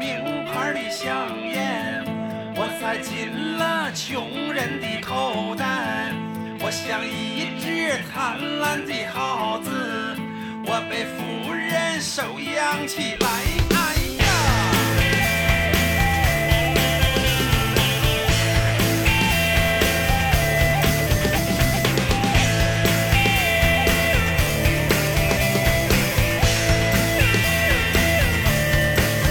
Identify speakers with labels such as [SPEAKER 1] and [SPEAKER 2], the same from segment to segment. [SPEAKER 1] 儿的香烟，我塞进了穷人的口袋。我像一只贪婪的耗子，我被夫人收养起来。哎呀！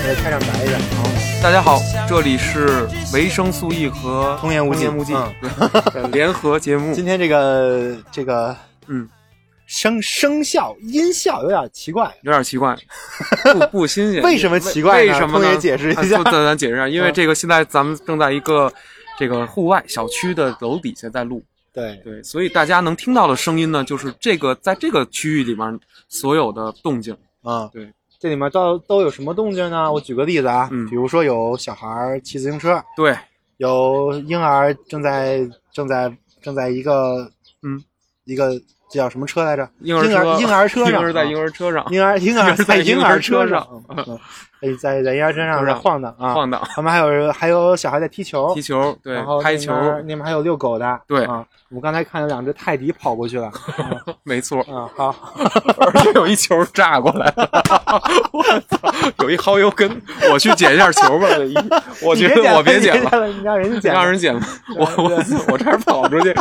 [SPEAKER 2] 呃，开场白一下啊，
[SPEAKER 3] 大家好，这里是维生素 E 和
[SPEAKER 2] 童言无忌
[SPEAKER 3] 童
[SPEAKER 2] 嗯
[SPEAKER 3] 对联合节目。
[SPEAKER 2] 今天这个这个
[SPEAKER 3] 嗯，
[SPEAKER 2] 声声效音效有点奇怪，
[SPEAKER 3] 有点奇 怪，不不新鲜。
[SPEAKER 2] 为什么奇怪呢
[SPEAKER 3] 为什么
[SPEAKER 2] 通
[SPEAKER 3] 呢？
[SPEAKER 2] 爷解释一下
[SPEAKER 3] 啊不咱咱解释一下，因为这个现在咱们正在一个这个户外小区的楼底下在录，
[SPEAKER 2] 对，
[SPEAKER 3] 对，所以大家能听到的声音呢，就是这个在这个区域里面所有的动静。
[SPEAKER 2] 啊，
[SPEAKER 3] 对，
[SPEAKER 2] 这里面到都有什么动静呢？我举个例子啊，
[SPEAKER 3] 嗯
[SPEAKER 2] 比如说有小孩儿骑自行车，
[SPEAKER 3] 对，
[SPEAKER 2] 有婴儿正在正在正在一个
[SPEAKER 3] 嗯
[SPEAKER 2] 一个这叫什么车来着？
[SPEAKER 3] 婴
[SPEAKER 2] 儿
[SPEAKER 3] 儿车，
[SPEAKER 2] 婴儿车上
[SPEAKER 3] 婴儿在
[SPEAKER 2] 啊
[SPEAKER 3] 婴儿车上
[SPEAKER 2] 婴儿婴儿
[SPEAKER 3] 婴儿在
[SPEAKER 2] 婴
[SPEAKER 3] 婴儿
[SPEAKER 2] 车
[SPEAKER 3] 车上
[SPEAKER 2] 嗯嗯哎在在婴儿车上
[SPEAKER 3] 车
[SPEAKER 2] 在
[SPEAKER 3] 上
[SPEAKER 2] 晃荡啊，
[SPEAKER 3] 晃荡、
[SPEAKER 2] 他们还有还有小孩在踢球，
[SPEAKER 3] 踢球，对
[SPEAKER 2] 然后，
[SPEAKER 3] 拍
[SPEAKER 2] 那
[SPEAKER 3] 球，
[SPEAKER 2] 边那边还有遛狗的，
[SPEAKER 3] 对
[SPEAKER 2] 啊，我刚才看有两只泰迪跑过去 了，啊
[SPEAKER 3] 没错。
[SPEAKER 2] 啊，好，
[SPEAKER 3] 而且有一球炸过来了，我操！有一蚝油跟，我去捡一下球吧。 我觉
[SPEAKER 2] 你
[SPEAKER 3] 得我别
[SPEAKER 2] 捡
[SPEAKER 3] 捡
[SPEAKER 2] 了，
[SPEAKER 3] 了，
[SPEAKER 2] 你让人家捡，
[SPEAKER 3] 让人。捡吧。我我我差点跑出去，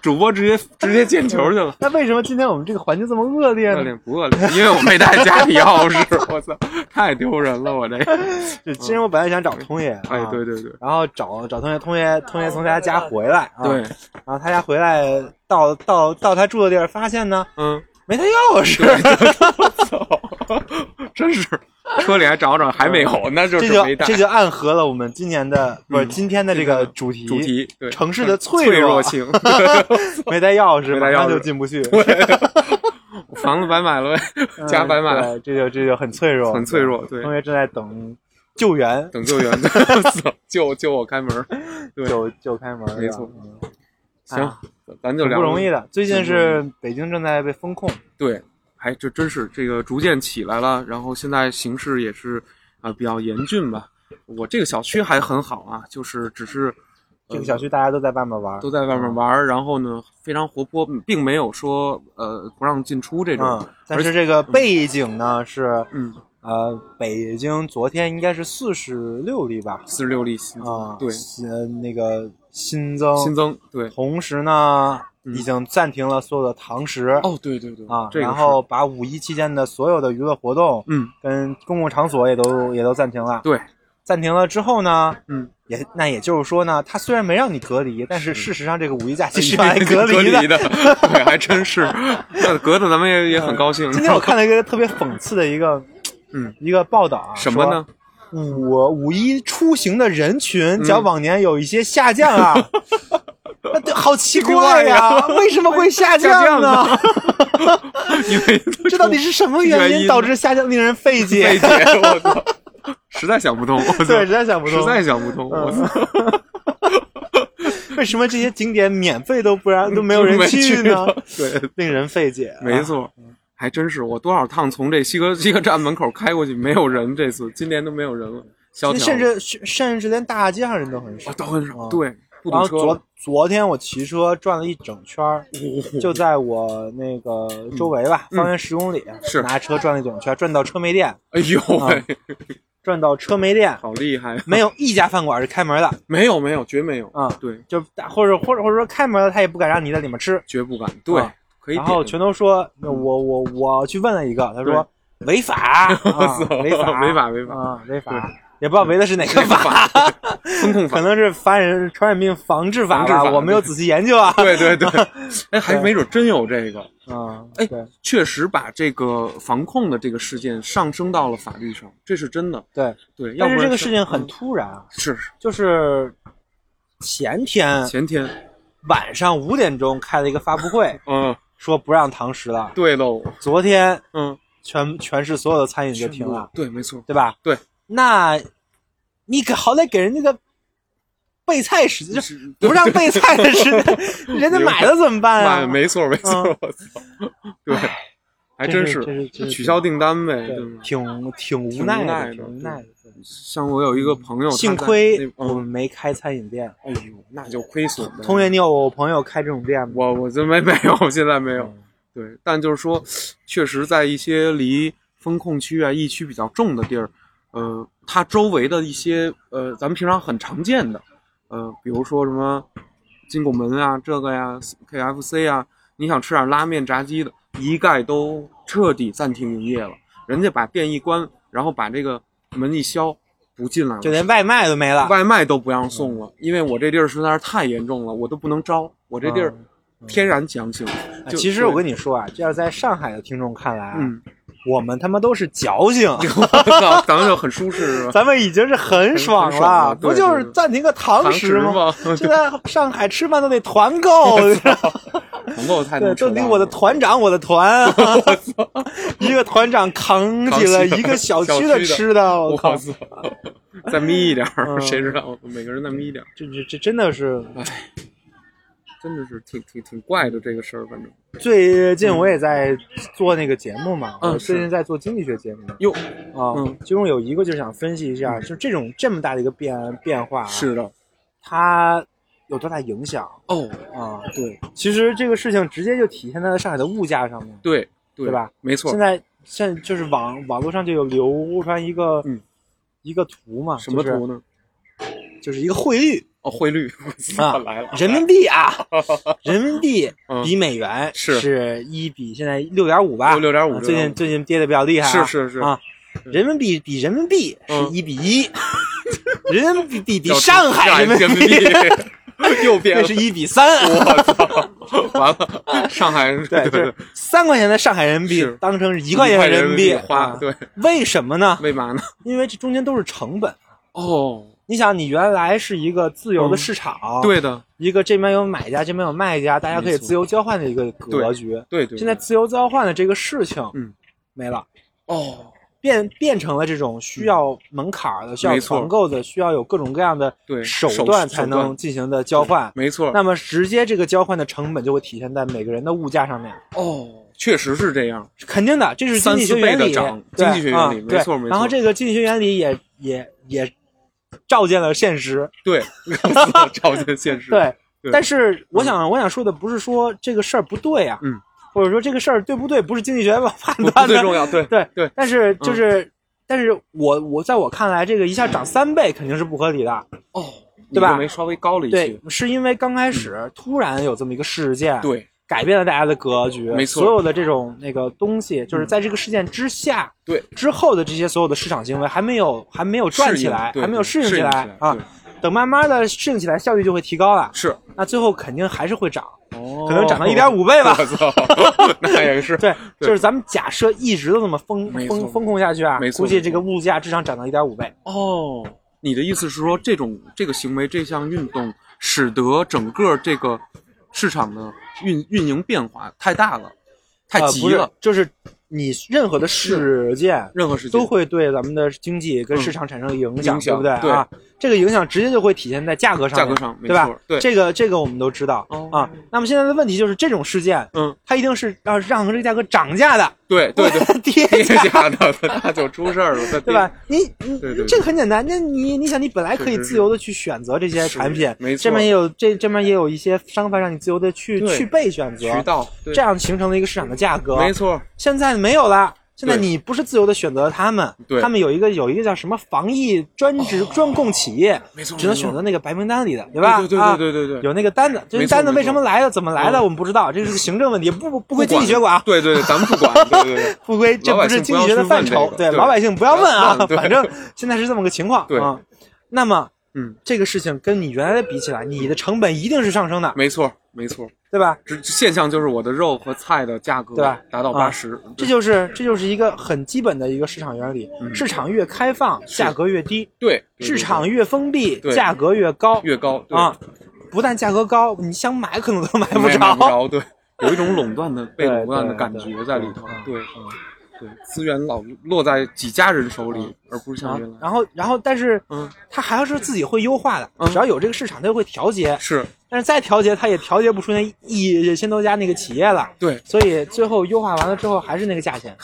[SPEAKER 3] 主播直接直接捡球去了。
[SPEAKER 2] 那为什么今天我们这个环境这么恶劣
[SPEAKER 3] 恶
[SPEAKER 2] 呢？
[SPEAKER 3] 劣不恶劣？因为我没带家里钥匙，我操，太丢人了！我这，
[SPEAKER 2] 就之前我本来想找通爷，
[SPEAKER 3] 嗯哎，
[SPEAKER 2] 啊
[SPEAKER 3] 对，对对
[SPEAKER 2] 然后找找通爷，通爷通爷从他家回来，啊，
[SPEAKER 3] 对，
[SPEAKER 2] 然后他家回来到到到他住的地儿，发现呢
[SPEAKER 3] 嗯，
[SPEAKER 2] 没他钥匙，
[SPEAKER 3] 操，真是车里还找找还没有，那就
[SPEAKER 2] 啊这
[SPEAKER 3] 是
[SPEAKER 2] 就
[SPEAKER 3] 没带。
[SPEAKER 2] 这就暗合了我们今年的不是
[SPEAKER 3] 嗯
[SPEAKER 2] 今天的这个主题
[SPEAKER 3] 主题对
[SPEAKER 2] 城市的
[SPEAKER 3] 脆
[SPEAKER 2] 脆啊
[SPEAKER 3] 弱性，
[SPEAKER 2] 没带钥匙，
[SPEAKER 3] 没带
[SPEAKER 2] 马上
[SPEAKER 3] 钥匙
[SPEAKER 2] 就进 不去。
[SPEAKER 3] 房子白买了呗，家白买了。
[SPEAKER 2] 嗯对这就这就很脆弱，
[SPEAKER 3] 很脆弱对
[SPEAKER 2] 同学正在等救援，
[SPEAKER 3] 等救援， 走救救我开门儿。
[SPEAKER 2] 啊
[SPEAKER 3] 对，
[SPEAKER 2] 救救开门，
[SPEAKER 3] 没错
[SPEAKER 2] 嗯
[SPEAKER 3] 行，
[SPEAKER 2] 啊
[SPEAKER 3] 咱就
[SPEAKER 2] 挺
[SPEAKER 3] 聊
[SPEAKER 2] 不容易
[SPEAKER 3] 聊。
[SPEAKER 2] 的。最近是北京正在被封控，
[SPEAKER 3] 对，还这真是这个逐渐起来了，然后现在形势也是啊、比较严峻吧。我这个小区还很好啊，就是只是呃
[SPEAKER 2] 这个小区大家都在外面玩，嗯
[SPEAKER 3] 嗯都在外面玩儿，然后呢非常活泼，并没有说呃不让进出这种。
[SPEAKER 2] 嗯，但是这个背景呢是
[SPEAKER 3] 嗯，
[SPEAKER 2] 呃，北京昨天应该是四十六例吧，
[SPEAKER 3] 四十六例新增，
[SPEAKER 2] 啊，
[SPEAKER 3] 对，
[SPEAKER 2] 新那个新增，
[SPEAKER 3] 新增，对，
[SPEAKER 2] 同时呢
[SPEAKER 3] 嗯
[SPEAKER 2] 已经暂停了所有的堂食。
[SPEAKER 3] 哦，对对对，
[SPEAKER 2] 啊，
[SPEAKER 3] 这个
[SPEAKER 2] 然
[SPEAKER 3] 是
[SPEAKER 2] 后把五一期间的所有的娱乐活动
[SPEAKER 3] 嗯，
[SPEAKER 2] 跟公共场所也都也都暂停了。
[SPEAKER 3] 对，
[SPEAKER 2] 暂停了之后呢，
[SPEAKER 3] 嗯，
[SPEAKER 2] 也那也就是说呢，它虽然没让你隔离，但是事实上这个五一假期是用来
[SPEAKER 3] 还
[SPEAKER 2] 隔
[SPEAKER 3] 离
[SPEAKER 2] 离的。
[SPEAKER 3] 对，还真是， 那隔的咱们也也很高兴。
[SPEAKER 2] 今天我看了一个特别讽刺的一个，
[SPEAKER 3] 嗯，
[SPEAKER 2] 一个报道啊，
[SPEAKER 3] 什么呢？
[SPEAKER 2] 说？五五一出行的人群
[SPEAKER 3] 嗯
[SPEAKER 2] 较往年有一些下降啊， 啊对好奇怪
[SPEAKER 3] 奇
[SPEAKER 2] 呀，为什么会下降呢？
[SPEAKER 3] 下因为
[SPEAKER 2] 这到底是什么
[SPEAKER 3] 原
[SPEAKER 2] 原因
[SPEAKER 3] 因
[SPEAKER 2] 导致下降，令人费解？
[SPEAKER 3] 费解，我操，实在想不通，我操，
[SPEAKER 2] 对，实在想不通，嗯
[SPEAKER 3] 实在想不通，我操，
[SPEAKER 2] 为什么这些景点免费都不让都 没有人
[SPEAKER 3] 没
[SPEAKER 2] 去
[SPEAKER 3] 去
[SPEAKER 2] 呢？
[SPEAKER 3] 对，
[SPEAKER 2] 令人费解、啊。
[SPEAKER 3] 没，错。还真是，我多少趟从这西哥西哥站门口开过去，没有人。这次今年都没有人了，萧条，
[SPEAKER 2] 甚至甚甚至连大街上人都很少
[SPEAKER 3] 哦。都很少。
[SPEAKER 2] 啊
[SPEAKER 3] 对，不
[SPEAKER 2] 然
[SPEAKER 3] 堵
[SPEAKER 2] 后
[SPEAKER 3] 车了
[SPEAKER 2] 昨。昨天我骑车转了一整圈儿，就在我那个周围吧，
[SPEAKER 3] 嗯
[SPEAKER 2] 方圆十公里，
[SPEAKER 3] 是
[SPEAKER 2] 拿车转了一整圈，转到车没电，
[SPEAKER 3] 哎呦
[SPEAKER 2] 嗯
[SPEAKER 3] 喂，
[SPEAKER 2] 转到车没电，
[SPEAKER 3] 好厉害！
[SPEAKER 2] 没有一家饭馆是开门的
[SPEAKER 3] 没有没有，绝没有
[SPEAKER 2] 啊，
[SPEAKER 3] 对，
[SPEAKER 2] 就或者或者或者说开门了，他也不敢让你在里面吃。
[SPEAKER 3] 绝不敢。对
[SPEAKER 2] 啊，
[SPEAKER 3] 可以
[SPEAKER 2] 然后
[SPEAKER 3] 点。
[SPEAKER 2] 全都说，我我我去问了一个，他说违法， 啊
[SPEAKER 3] 操
[SPEAKER 2] 违法，
[SPEAKER 3] 违法违法
[SPEAKER 2] 啊，违
[SPEAKER 3] 对
[SPEAKER 2] 法，也不知道违的是哪个法，啊
[SPEAKER 3] 风控
[SPEAKER 2] 可
[SPEAKER 3] 法，
[SPEAKER 2] 能是《发人传染病防治法》
[SPEAKER 3] 防治
[SPEAKER 2] 吧，
[SPEAKER 3] 法
[SPEAKER 2] 我没有仔细研究啊。
[SPEAKER 3] 对对对， 哎，还没准真有这个。
[SPEAKER 2] 嗯，
[SPEAKER 3] 哎
[SPEAKER 2] 对
[SPEAKER 3] 确实把这个防控的这个事件上升到了法律上，这是真的。
[SPEAKER 2] 对，
[SPEAKER 3] 对，要
[SPEAKER 2] 但是
[SPEAKER 3] 不然
[SPEAKER 2] 这个
[SPEAKER 3] 是嗯
[SPEAKER 2] 事情很突然啊，
[SPEAKER 3] 是
[SPEAKER 2] 就是前天
[SPEAKER 3] 前天，
[SPEAKER 2] 晚上五点钟开了一个发布会，
[SPEAKER 3] 嗯，
[SPEAKER 2] 说不让堂食了，
[SPEAKER 3] 对喽，
[SPEAKER 2] 昨天
[SPEAKER 3] 嗯，
[SPEAKER 2] 全全市所有的餐饮就停了，
[SPEAKER 3] 对，没错，
[SPEAKER 2] 对吧？
[SPEAKER 3] 对，
[SPEAKER 2] 那你给好歹给人家个备菜时间，就是
[SPEAKER 3] 是
[SPEAKER 2] 不让备菜的时间，人家买了怎么办
[SPEAKER 3] 那
[SPEAKER 2] 啊？
[SPEAKER 3] 哎没错没
[SPEAKER 2] 嗯
[SPEAKER 3] 错，我操，对， 还
[SPEAKER 2] 真
[SPEAKER 3] 真
[SPEAKER 2] 是真是真是
[SPEAKER 3] 取消订单呗，
[SPEAKER 2] 对
[SPEAKER 3] 对吗？
[SPEAKER 2] 挺挺
[SPEAKER 3] 挺
[SPEAKER 2] 无
[SPEAKER 3] 无
[SPEAKER 2] 奈
[SPEAKER 3] 奈
[SPEAKER 2] 的，
[SPEAKER 3] 的
[SPEAKER 2] 挺无奈的。对
[SPEAKER 3] 像我有一个朋友，
[SPEAKER 2] 幸
[SPEAKER 3] 他在
[SPEAKER 2] 亏
[SPEAKER 3] 那
[SPEAKER 2] 我们
[SPEAKER 3] 嗯，
[SPEAKER 2] 没开餐饮店。
[SPEAKER 3] 哎呦，那就亏损了。
[SPEAKER 2] 同学，你有我朋友开这种店吗？
[SPEAKER 3] 我我这没没有，现在没有。
[SPEAKER 2] 嗯
[SPEAKER 3] 对，但就是说，确实在一些离风控区啊、疫区比较重的地儿，呃，它周围的一些呃，咱们平常很常见的，呃，比如说什么金拱门啊、这个呀、KFC 啊，你想吃点拉面、炸鸡的，一概都彻底暂停营业了。人家把店一关，然后把这个门一消，不进来了，
[SPEAKER 2] 就连外卖都没了。
[SPEAKER 3] 外卖都不让送
[SPEAKER 2] 嗯
[SPEAKER 3] 了，因为我这地儿实在是太严重了，我都不能招，我这地儿天然强行。
[SPEAKER 2] 嗯啊
[SPEAKER 3] 就
[SPEAKER 2] 其实我跟
[SPEAKER 3] 你，
[SPEAKER 2] 你说啊，这要在上海的听众看来啊，
[SPEAKER 3] 嗯，
[SPEAKER 2] 我们他妈都是矫情，
[SPEAKER 3] 咱们就很舒适是吧？
[SPEAKER 2] 咱们已经是很爽
[SPEAKER 3] 很爽了对
[SPEAKER 2] 不就是
[SPEAKER 3] 对
[SPEAKER 2] 暂停个堂
[SPEAKER 3] 堂
[SPEAKER 2] 食
[SPEAKER 3] 食
[SPEAKER 2] 吗？
[SPEAKER 3] 吗？
[SPEAKER 2] 就在上海吃饭都得团购，
[SPEAKER 3] 团购太
[SPEAKER 2] 对，都
[SPEAKER 3] 能吃
[SPEAKER 2] 得
[SPEAKER 3] 了
[SPEAKER 2] 我的团长，我的团，啊 一个团长扛起了一 个小区的吃的，我
[SPEAKER 3] 我
[SPEAKER 2] 靠
[SPEAKER 3] 操！， 再眯一点儿，
[SPEAKER 2] 嗯哎
[SPEAKER 3] 谁知道？每个人再眯一点儿，
[SPEAKER 2] 这这这真的是
[SPEAKER 3] 真的是挺挺挺怪的这个事儿，反正
[SPEAKER 2] 最近我也在做那个节目嘛，
[SPEAKER 3] 嗯
[SPEAKER 2] 我最近
[SPEAKER 3] 是
[SPEAKER 2] 在做经济学节目
[SPEAKER 3] 哟，
[SPEAKER 2] 啊，
[SPEAKER 3] 嗯
[SPEAKER 2] 其中有一个就是想分析一下，就这种这么大的一个变变化，啊
[SPEAKER 3] 是的，
[SPEAKER 2] 它有多大影响
[SPEAKER 3] 哦，
[SPEAKER 2] 啊？
[SPEAKER 3] 对
[SPEAKER 2] 其实这个事情直接就体现在上海的物价上面。
[SPEAKER 3] 对
[SPEAKER 2] 对吧？
[SPEAKER 3] 没错
[SPEAKER 2] 现，在现在就是网网络上就有流传一个、
[SPEAKER 3] 嗯
[SPEAKER 2] 一个图嘛，
[SPEAKER 3] 什么
[SPEAKER 2] 就是啊
[SPEAKER 3] 图呢？
[SPEAKER 2] 就是一个汇率
[SPEAKER 3] 哦，汇率
[SPEAKER 2] 啊
[SPEAKER 3] 来了，哎
[SPEAKER 2] 人民币啊，人民币
[SPEAKER 3] 嗯
[SPEAKER 2] 比美元
[SPEAKER 3] 是
[SPEAKER 2] 是一比现在六点五吧，
[SPEAKER 3] 六6.5
[SPEAKER 2] 啊最近最近跌的比较厉害、啊，
[SPEAKER 3] 是是是
[SPEAKER 2] 啊，人民币比人民币是
[SPEAKER 3] 嗯
[SPEAKER 2] 一比 一、人民币比比上海
[SPEAKER 3] 人
[SPEAKER 2] 人民
[SPEAKER 3] 民
[SPEAKER 2] 币
[SPEAKER 3] 币 又变
[SPEAKER 2] 那
[SPEAKER 3] 了
[SPEAKER 2] 是。一比三。
[SPEAKER 3] 我操！完了，上海人
[SPEAKER 2] 对，就是三块钱的上海人民币
[SPEAKER 3] 是
[SPEAKER 2] 当成是一块钱的人民币
[SPEAKER 3] 一块人民币花
[SPEAKER 2] 啊
[SPEAKER 3] 对
[SPEAKER 2] 为什么呢？
[SPEAKER 3] 为嘛呢？
[SPEAKER 2] 因为这中间都是成本。
[SPEAKER 3] 哦，
[SPEAKER 2] 你想，你原来是一个自由的
[SPEAKER 3] 嗯
[SPEAKER 2] 市场，，
[SPEAKER 3] 对的，
[SPEAKER 2] 一个这边有买家，这边有卖家，大家可以
[SPEAKER 3] 没错
[SPEAKER 2] 自由交换的一个格局。
[SPEAKER 3] 对对。
[SPEAKER 2] 现在自由交换的这个事情，
[SPEAKER 3] 嗯，
[SPEAKER 2] 没了，
[SPEAKER 3] 哦，
[SPEAKER 2] 变变成了这种需要门槛儿的、需要
[SPEAKER 3] 没错
[SPEAKER 2] 团购的、需要有各种各样的
[SPEAKER 3] 对
[SPEAKER 2] 手
[SPEAKER 3] 手
[SPEAKER 2] 段
[SPEAKER 3] 手
[SPEAKER 2] 才能
[SPEAKER 3] 段
[SPEAKER 2] 进行的交换。
[SPEAKER 3] 没错。
[SPEAKER 2] 那么，直接这个交换的成本就会体现在每个人的物价上面，
[SPEAKER 3] 哦，确实是这样。
[SPEAKER 2] 肯定的，这是经济学原理
[SPEAKER 3] 三四倍的涨。
[SPEAKER 2] 对
[SPEAKER 3] 经济学原理
[SPEAKER 2] 嗯
[SPEAKER 3] 没
[SPEAKER 2] 对
[SPEAKER 3] 错没错
[SPEAKER 2] 然后这个经济学原理也也也照见了现实，
[SPEAKER 3] 对， 照见现实。
[SPEAKER 2] 对，
[SPEAKER 3] 对
[SPEAKER 2] 但是我想，我想说的不是说这个事儿不对啊，
[SPEAKER 3] 嗯，
[SPEAKER 2] 或者说这个事儿对不对，不是经济学 判
[SPEAKER 3] 不，不
[SPEAKER 2] 断
[SPEAKER 3] 最重
[SPEAKER 2] 的，
[SPEAKER 3] 要。对
[SPEAKER 2] 对
[SPEAKER 3] 对
[SPEAKER 2] 但是就是，但是我我在我看来，这个一下涨三倍肯定是不合理的，
[SPEAKER 3] 哦，
[SPEAKER 2] 对吧
[SPEAKER 3] 你认为稍微高了一
[SPEAKER 2] 对
[SPEAKER 3] 些。，
[SPEAKER 2] 是因为刚开始突然有这么一个事件，，
[SPEAKER 3] 嗯对
[SPEAKER 2] 改变了大家的格局，
[SPEAKER 3] 没错嗯
[SPEAKER 2] 所有的这种那个东西，就是在这个事件之下。
[SPEAKER 3] 对，
[SPEAKER 2] 之后的这些所有的市场行为还没有还没有转
[SPEAKER 3] 适应
[SPEAKER 2] 起来，
[SPEAKER 3] 对
[SPEAKER 2] 还没有
[SPEAKER 3] 适
[SPEAKER 2] 适应起
[SPEAKER 3] 来
[SPEAKER 2] 来啊
[SPEAKER 3] 对！
[SPEAKER 2] 等慢慢的适应起来，效率就会提高了，
[SPEAKER 3] 是
[SPEAKER 2] 那最后肯定还是会涨，
[SPEAKER 3] 哦
[SPEAKER 2] 可能涨到一点 五倍吧。
[SPEAKER 3] 我操，那也是
[SPEAKER 2] 对，
[SPEAKER 3] 对
[SPEAKER 2] 就是咱们假设一直都这么封
[SPEAKER 3] 没错
[SPEAKER 2] 封封控下去啊
[SPEAKER 3] 没，错
[SPEAKER 2] 估计这个物价至少涨到一点五倍。
[SPEAKER 3] 哦，你的意思是说，这种这个行为，这项运动，使得整个这个市场的运运营变化太大了，太
[SPEAKER 2] 呃
[SPEAKER 3] 急了，
[SPEAKER 2] 不是就是你任何的事件
[SPEAKER 3] 任何事情
[SPEAKER 2] 都会对咱们的经济跟
[SPEAKER 3] 嗯
[SPEAKER 2] 市场产生影响，对
[SPEAKER 3] 影响
[SPEAKER 2] 不对啊？这个影响直接就会体现在价格上面，
[SPEAKER 3] 价格上没
[SPEAKER 2] 对吧
[SPEAKER 3] 错？对
[SPEAKER 2] 这个这个我们都知道
[SPEAKER 3] 哦
[SPEAKER 2] 啊。那么现在的问题就是，这种事件
[SPEAKER 3] 嗯，
[SPEAKER 2] 它一定是要让这个价格涨价的，
[SPEAKER 3] 对对 对，
[SPEAKER 2] 对，跌
[SPEAKER 3] 跌
[SPEAKER 2] 价
[SPEAKER 3] 价的，那就出事儿了，它
[SPEAKER 2] 对吧？你你
[SPEAKER 3] 对对对
[SPEAKER 2] 这个很简单，那你你想，你本来可以
[SPEAKER 3] 是是
[SPEAKER 2] 自由的去选择这些
[SPEAKER 3] 是
[SPEAKER 2] 产品，
[SPEAKER 3] 没错
[SPEAKER 2] 这边也有这这边也有一些商贩让你自由的去
[SPEAKER 3] 对
[SPEAKER 2] 去被选
[SPEAKER 3] 跌
[SPEAKER 2] 择，
[SPEAKER 3] 渠道？对
[SPEAKER 2] 这样形成了一个市场的价格。
[SPEAKER 3] 没，错，
[SPEAKER 2] 现在没有了。现在
[SPEAKER 3] 对
[SPEAKER 2] 你不是自由的选择他们，
[SPEAKER 3] 对哦
[SPEAKER 2] 他们有一个有一个叫什么防疫专职、专供企业，
[SPEAKER 3] 没错
[SPEAKER 2] 只能
[SPEAKER 3] 没错
[SPEAKER 2] 选择那个白名单里的，对吧？
[SPEAKER 3] 对对
[SPEAKER 2] 啊
[SPEAKER 3] 对对对对
[SPEAKER 2] 有那个单子，这
[SPEAKER 3] 没错
[SPEAKER 2] 单子
[SPEAKER 3] 没错
[SPEAKER 2] 为什么来的，怎么来的，
[SPEAKER 3] 嗯
[SPEAKER 2] 我们不知道，这是个行政问题，不不不
[SPEAKER 3] 不
[SPEAKER 2] 归经济学管啊，
[SPEAKER 3] 对对对，咱们 不管，对对对。
[SPEAKER 2] 不归，这不是经济学的范畴。对，老百姓不要问啊，
[SPEAKER 3] 对
[SPEAKER 2] 反正现在是这么个情况
[SPEAKER 3] 对
[SPEAKER 2] 啊。那么
[SPEAKER 3] 嗯，
[SPEAKER 2] 这个事情跟你原来的比起来，你的成本一定是上升的，
[SPEAKER 3] 没错，没错，
[SPEAKER 2] 对吧？
[SPEAKER 3] 这现象就是我的肉和菜的价格
[SPEAKER 2] 对吧
[SPEAKER 3] 达到
[SPEAKER 2] 啊
[SPEAKER 3] 八十、
[SPEAKER 2] 这就是这就是一个很基本的一个市场原理，
[SPEAKER 3] 嗯
[SPEAKER 2] 市场越开放，价格越低；
[SPEAKER 3] 对对
[SPEAKER 2] 市
[SPEAKER 3] 对
[SPEAKER 2] 场越封闭，
[SPEAKER 3] 对
[SPEAKER 2] 价格越高
[SPEAKER 3] 越高对
[SPEAKER 2] 啊。不但价格高，你想买可能都买不
[SPEAKER 3] 买买不
[SPEAKER 2] 着。
[SPEAKER 3] 着，对，有一种垄断的被垄断的感觉在里头
[SPEAKER 2] 对，
[SPEAKER 3] 对，嗯对，资源老落在几家人手
[SPEAKER 2] 啊
[SPEAKER 3] 里，而不是
[SPEAKER 2] 然后
[SPEAKER 3] 像原来，
[SPEAKER 2] 然后，然后，但是
[SPEAKER 3] 嗯，
[SPEAKER 2] 它还是自己会优化的，
[SPEAKER 3] 嗯
[SPEAKER 2] 只要有这个市场，它就会调节。
[SPEAKER 3] 是
[SPEAKER 2] 但是再调节，它也调节不出那一千多家那个企业了。
[SPEAKER 3] 对，
[SPEAKER 2] 所以最后优化完了之后还是那个价钱，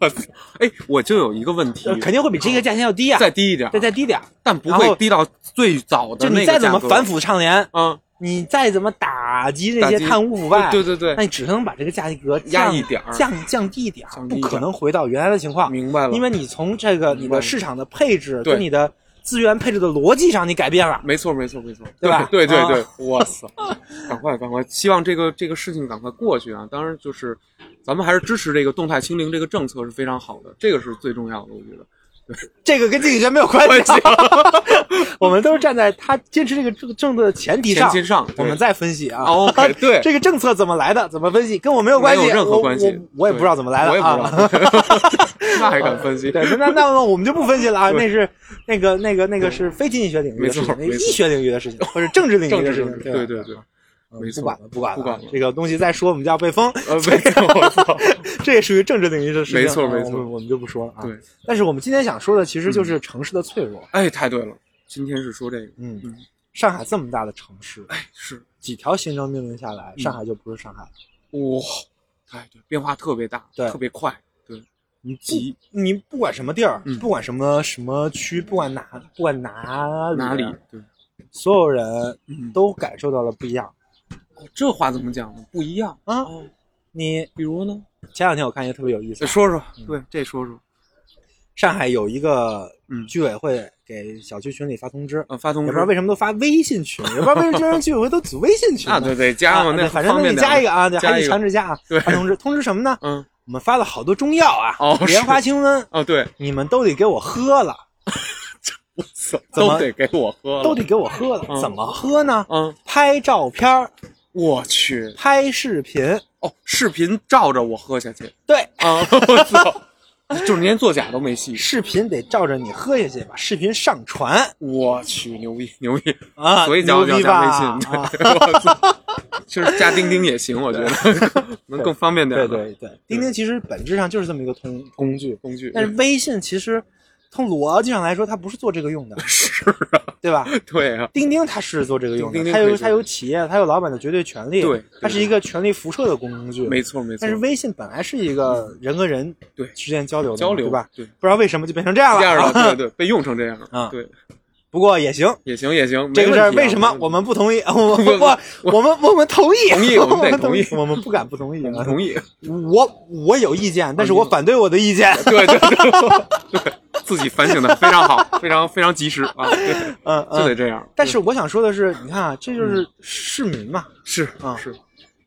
[SPEAKER 3] 我操！哎，我就有一个问题，
[SPEAKER 2] 呃肯定会比这个价钱要低啊，
[SPEAKER 3] 再低一点，
[SPEAKER 2] 再再低点儿。
[SPEAKER 3] 但不
[SPEAKER 2] 然
[SPEAKER 3] 会
[SPEAKER 2] 后
[SPEAKER 3] 低到最早的
[SPEAKER 2] 就
[SPEAKER 3] 那
[SPEAKER 2] 你
[SPEAKER 3] 个
[SPEAKER 2] 再
[SPEAKER 3] 价
[SPEAKER 2] 怎
[SPEAKER 3] 格。
[SPEAKER 2] 么反腐倡廉，
[SPEAKER 3] 嗯，
[SPEAKER 2] 你再怎么打击这
[SPEAKER 3] 打
[SPEAKER 2] 些
[SPEAKER 3] 击
[SPEAKER 2] 贪污腐败，
[SPEAKER 3] 对对对
[SPEAKER 2] 那，你只能把这个价格
[SPEAKER 3] 压
[SPEAKER 2] 降
[SPEAKER 3] 一点儿
[SPEAKER 2] 降降低一点儿
[SPEAKER 3] 降，低一
[SPEAKER 2] 不
[SPEAKER 3] 点儿
[SPEAKER 2] 可能回到原来的情况，
[SPEAKER 3] 明白了，
[SPEAKER 2] 因为你从这个你
[SPEAKER 3] 明
[SPEAKER 2] 的
[SPEAKER 3] 白了
[SPEAKER 2] 市场的配置
[SPEAKER 3] 对
[SPEAKER 2] 跟你的资源配置的逻辑上你改变了，
[SPEAKER 3] 没错没错没错，
[SPEAKER 2] 对吧
[SPEAKER 3] 对对
[SPEAKER 2] 啊
[SPEAKER 3] 对，我操！赶快赶快，希望这个这个事情赶快过去啊！当然就是，咱们还是支持这个动态清零这个政策是非常好的，这个是最重要的，我觉得。
[SPEAKER 2] 这个跟经济学没有 关系
[SPEAKER 3] 关。
[SPEAKER 2] 我们都是站在他坚持这个这个政策的前提
[SPEAKER 3] 前
[SPEAKER 2] 上，
[SPEAKER 3] 期上，
[SPEAKER 2] 我们
[SPEAKER 3] 在
[SPEAKER 2] 再分析啊。
[SPEAKER 3] OK 对。
[SPEAKER 2] 这个政策怎么来的，怎么分析，跟我没有 关系，
[SPEAKER 3] 没有任何
[SPEAKER 2] 我
[SPEAKER 3] 关系
[SPEAKER 2] 我我也不知道怎么来的
[SPEAKER 3] 我也不
[SPEAKER 2] 啊。
[SPEAKER 3] 知道，那还敢分析？
[SPEAKER 2] 对，那那那那我们就不分析了啊，
[SPEAKER 3] 对
[SPEAKER 2] 那是那个那个那个是非经济学领域的事
[SPEAKER 3] 没
[SPEAKER 2] 情，
[SPEAKER 3] 错
[SPEAKER 2] 那是
[SPEAKER 3] 没
[SPEAKER 2] 医
[SPEAKER 3] 错
[SPEAKER 2] 学领域的事情，或者政治领域
[SPEAKER 3] 政
[SPEAKER 2] 的
[SPEAKER 3] 治
[SPEAKER 2] 事情，
[SPEAKER 3] 政
[SPEAKER 2] 啊
[SPEAKER 3] 治，
[SPEAKER 2] 吧
[SPEAKER 3] 对对对，没
[SPEAKER 2] 不
[SPEAKER 3] 错，
[SPEAKER 2] 管了，不管了，
[SPEAKER 3] 不管了
[SPEAKER 2] 这个东西再说我们就要被封，
[SPEAKER 3] 呃，没错，我 操，
[SPEAKER 2] 这也属于政治领域的事情，
[SPEAKER 3] 没错
[SPEAKER 2] 啊
[SPEAKER 3] 没错
[SPEAKER 2] 我们我们就不说了啊。
[SPEAKER 3] 对，嗯
[SPEAKER 2] 但是我们今天想说的其实就是城市的脆弱，
[SPEAKER 3] 哎，太对了，今天是说这个，
[SPEAKER 2] 嗯
[SPEAKER 3] 嗯，哎
[SPEAKER 2] 上海这么大的城市，
[SPEAKER 3] 是
[SPEAKER 2] 几条行政命令下
[SPEAKER 3] 嗯
[SPEAKER 2] 来，上海就不是上海了。
[SPEAKER 3] 哇，太对，变化特别大，
[SPEAKER 2] 对
[SPEAKER 3] 特别快，对，
[SPEAKER 2] 你
[SPEAKER 3] 急
[SPEAKER 2] 不，你不管什么地儿，
[SPEAKER 3] 嗯
[SPEAKER 2] 不管什么什么区，不管哪，不管哪
[SPEAKER 3] 哪里
[SPEAKER 2] 里，？
[SPEAKER 3] 对，
[SPEAKER 2] 所有人
[SPEAKER 3] 嗯，
[SPEAKER 2] 都感受到了不一样
[SPEAKER 3] 哦这话怎么讲呢？不一样
[SPEAKER 2] 啊。
[SPEAKER 3] 哦，
[SPEAKER 2] 你
[SPEAKER 3] 比如呢？
[SPEAKER 2] 前两天我看一个特别有意思
[SPEAKER 3] 再，说说，
[SPEAKER 2] 嗯
[SPEAKER 3] 对，这说说，
[SPEAKER 2] 上海有一个
[SPEAKER 3] 嗯
[SPEAKER 2] 居委会给小区群里发通知，
[SPEAKER 3] 呃，发
[SPEAKER 2] 也
[SPEAKER 3] 通
[SPEAKER 2] 不
[SPEAKER 3] 知
[SPEAKER 2] 知道为什么都发微信群，也不知道为什么这人居委会都组微信群呢。
[SPEAKER 3] 啊，对对，加
[SPEAKER 2] 啊
[SPEAKER 3] 嘛，那
[SPEAKER 2] 对反正
[SPEAKER 3] 方
[SPEAKER 2] 那
[SPEAKER 3] 便
[SPEAKER 2] 你
[SPEAKER 3] 点
[SPEAKER 2] 加一个啊，对，
[SPEAKER 3] 加
[SPEAKER 2] 还
[SPEAKER 3] 一
[SPEAKER 2] 得
[SPEAKER 3] 个
[SPEAKER 2] 强制加啊。
[SPEAKER 3] 对
[SPEAKER 2] 发通知通知什么呢？
[SPEAKER 3] 嗯，
[SPEAKER 2] 我们发了好多中药啊，
[SPEAKER 3] 哦是
[SPEAKER 2] 莲花清瘟，
[SPEAKER 3] 哦，对，
[SPEAKER 2] 你们都得给我喝了，
[SPEAKER 3] 我操，
[SPEAKER 2] 怎么
[SPEAKER 3] 都得给我喝了，
[SPEAKER 2] 都得，给我喝了。
[SPEAKER 3] 嗯
[SPEAKER 2] 怎么喝呢？
[SPEAKER 3] 嗯，
[SPEAKER 2] 拍照片儿，
[SPEAKER 3] 我去，
[SPEAKER 2] 拍视频，
[SPEAKER 3] 哦，视频照着我喝下去，
[SPEAKER 2] 对，
[SPEAKER 3] 啊， 我操，就是连作假都没戏，
[SPEAKER 2] 视频得照着你喝下去，把视频上传
[SPEAKER 3] 我去，牛逼牛逼，
[SPEAKER 2] 啊，
[SPEAKER 3] 所以叫
[SPEAKER 2] 牛
[SPEAKER 3] 要
[SPEAKER 2] 逼
[SPEAKER 3] 加
[SPEAKER 2] 吧？
[SPEAKER 3] 微
[SPEAKER 2] 啊
[SPEAKER 3] 信，对，我操，其实加钉钉也行，我觉 得能更方便点
[SPEAKER 2] 对
[SPEAKER 3] 儿，
[SPEAKER 2] 对对，钉钉其实本质上就是这么一个通工具，
[SPEAKER 3] 工具，，
[SPEAKER 2] 但是微信其实从逻辑上来说，它不是做这个用的
[SPEAKER 3] 是啊，
[SPEAKER 2] 对吧？
[SPEAKER 3] 对啊，
[SPEAKER 2] 钉钉它是做这个用的，
[SPEAKER 3] 钉钉
[SPEAKER 2] 它
[SPEAKER 3] 可以
[SPEAKER 2] 有
[SPEAKER 3] 做
[SPEAKER 2] 它有企业，它有老板的绝对权利，
[SPEAKER 3] 对对
[SPEAKER 2] 它是一个权力辐射的工具，
[SPEAKER 3] 没。错没错，
[SPEAKER 2] 但是微信本来是一个人和人
[SPEAKER 3] 对
[SPEAKER 2] 之间交流的嘛
[SPEAKER 3] 交流
[SPEAKER 2] 对吧？
[SPEAKER 3] 对
[SPEAKER 2] 不知道为什么就变成这样
[SPEAKER 3] 这样
[SPEAKER 2] 了。
[SPEAKER 3] 了，对对，被用成这样
[SPEAKER 2] 啊
[SPEAKER 3] 了，对，
[SPEAKER 2] 不过也行，
[SPEAKER 3] 也行也行，
[SPEAKER 2] 这个
[SPEAKER 3] 没问
[SPEAKER 2] 事儿
[SPEAKER 3] 题啊
[SPEAKER 2] 为什么
[SPEAKER 3] 没问题
[SPEAKER 2] 我们不同意？ 我
[SPEAKER 3] 不
[SPEAKER 2] 我我们我们同意，
[SPEAKER 3] 同意
[SPEAKER 2] 我
[SPEAKER 3] 我们得
[SPEAKER 2] 同
[SPEAKER 3] 同意
[SPEAKER 2] 我们不敢不同意
[SPEAKER 3] 我
[SPEAKER 2] 啊
[SPEAKER 3] 们。同意？
[SPEAKER 2] 我我有意见，但是我反对我的意 见。
[SPEAKER 3] 对对对 对，自己反省的非常好，非常非常及时啊，对
[SPEAKER 2] 嗯
[SPEAKER 3] 就得
[SPEAKER 2] 嗯。
[SPEAKER 3] 这样。
[SPEAKER 2] 但是我想说的是，你看啊，这就是市民嘛，
[SPEAKER 3] 是
[SPEAKER 2] 啊
[SPEAKER 3] 是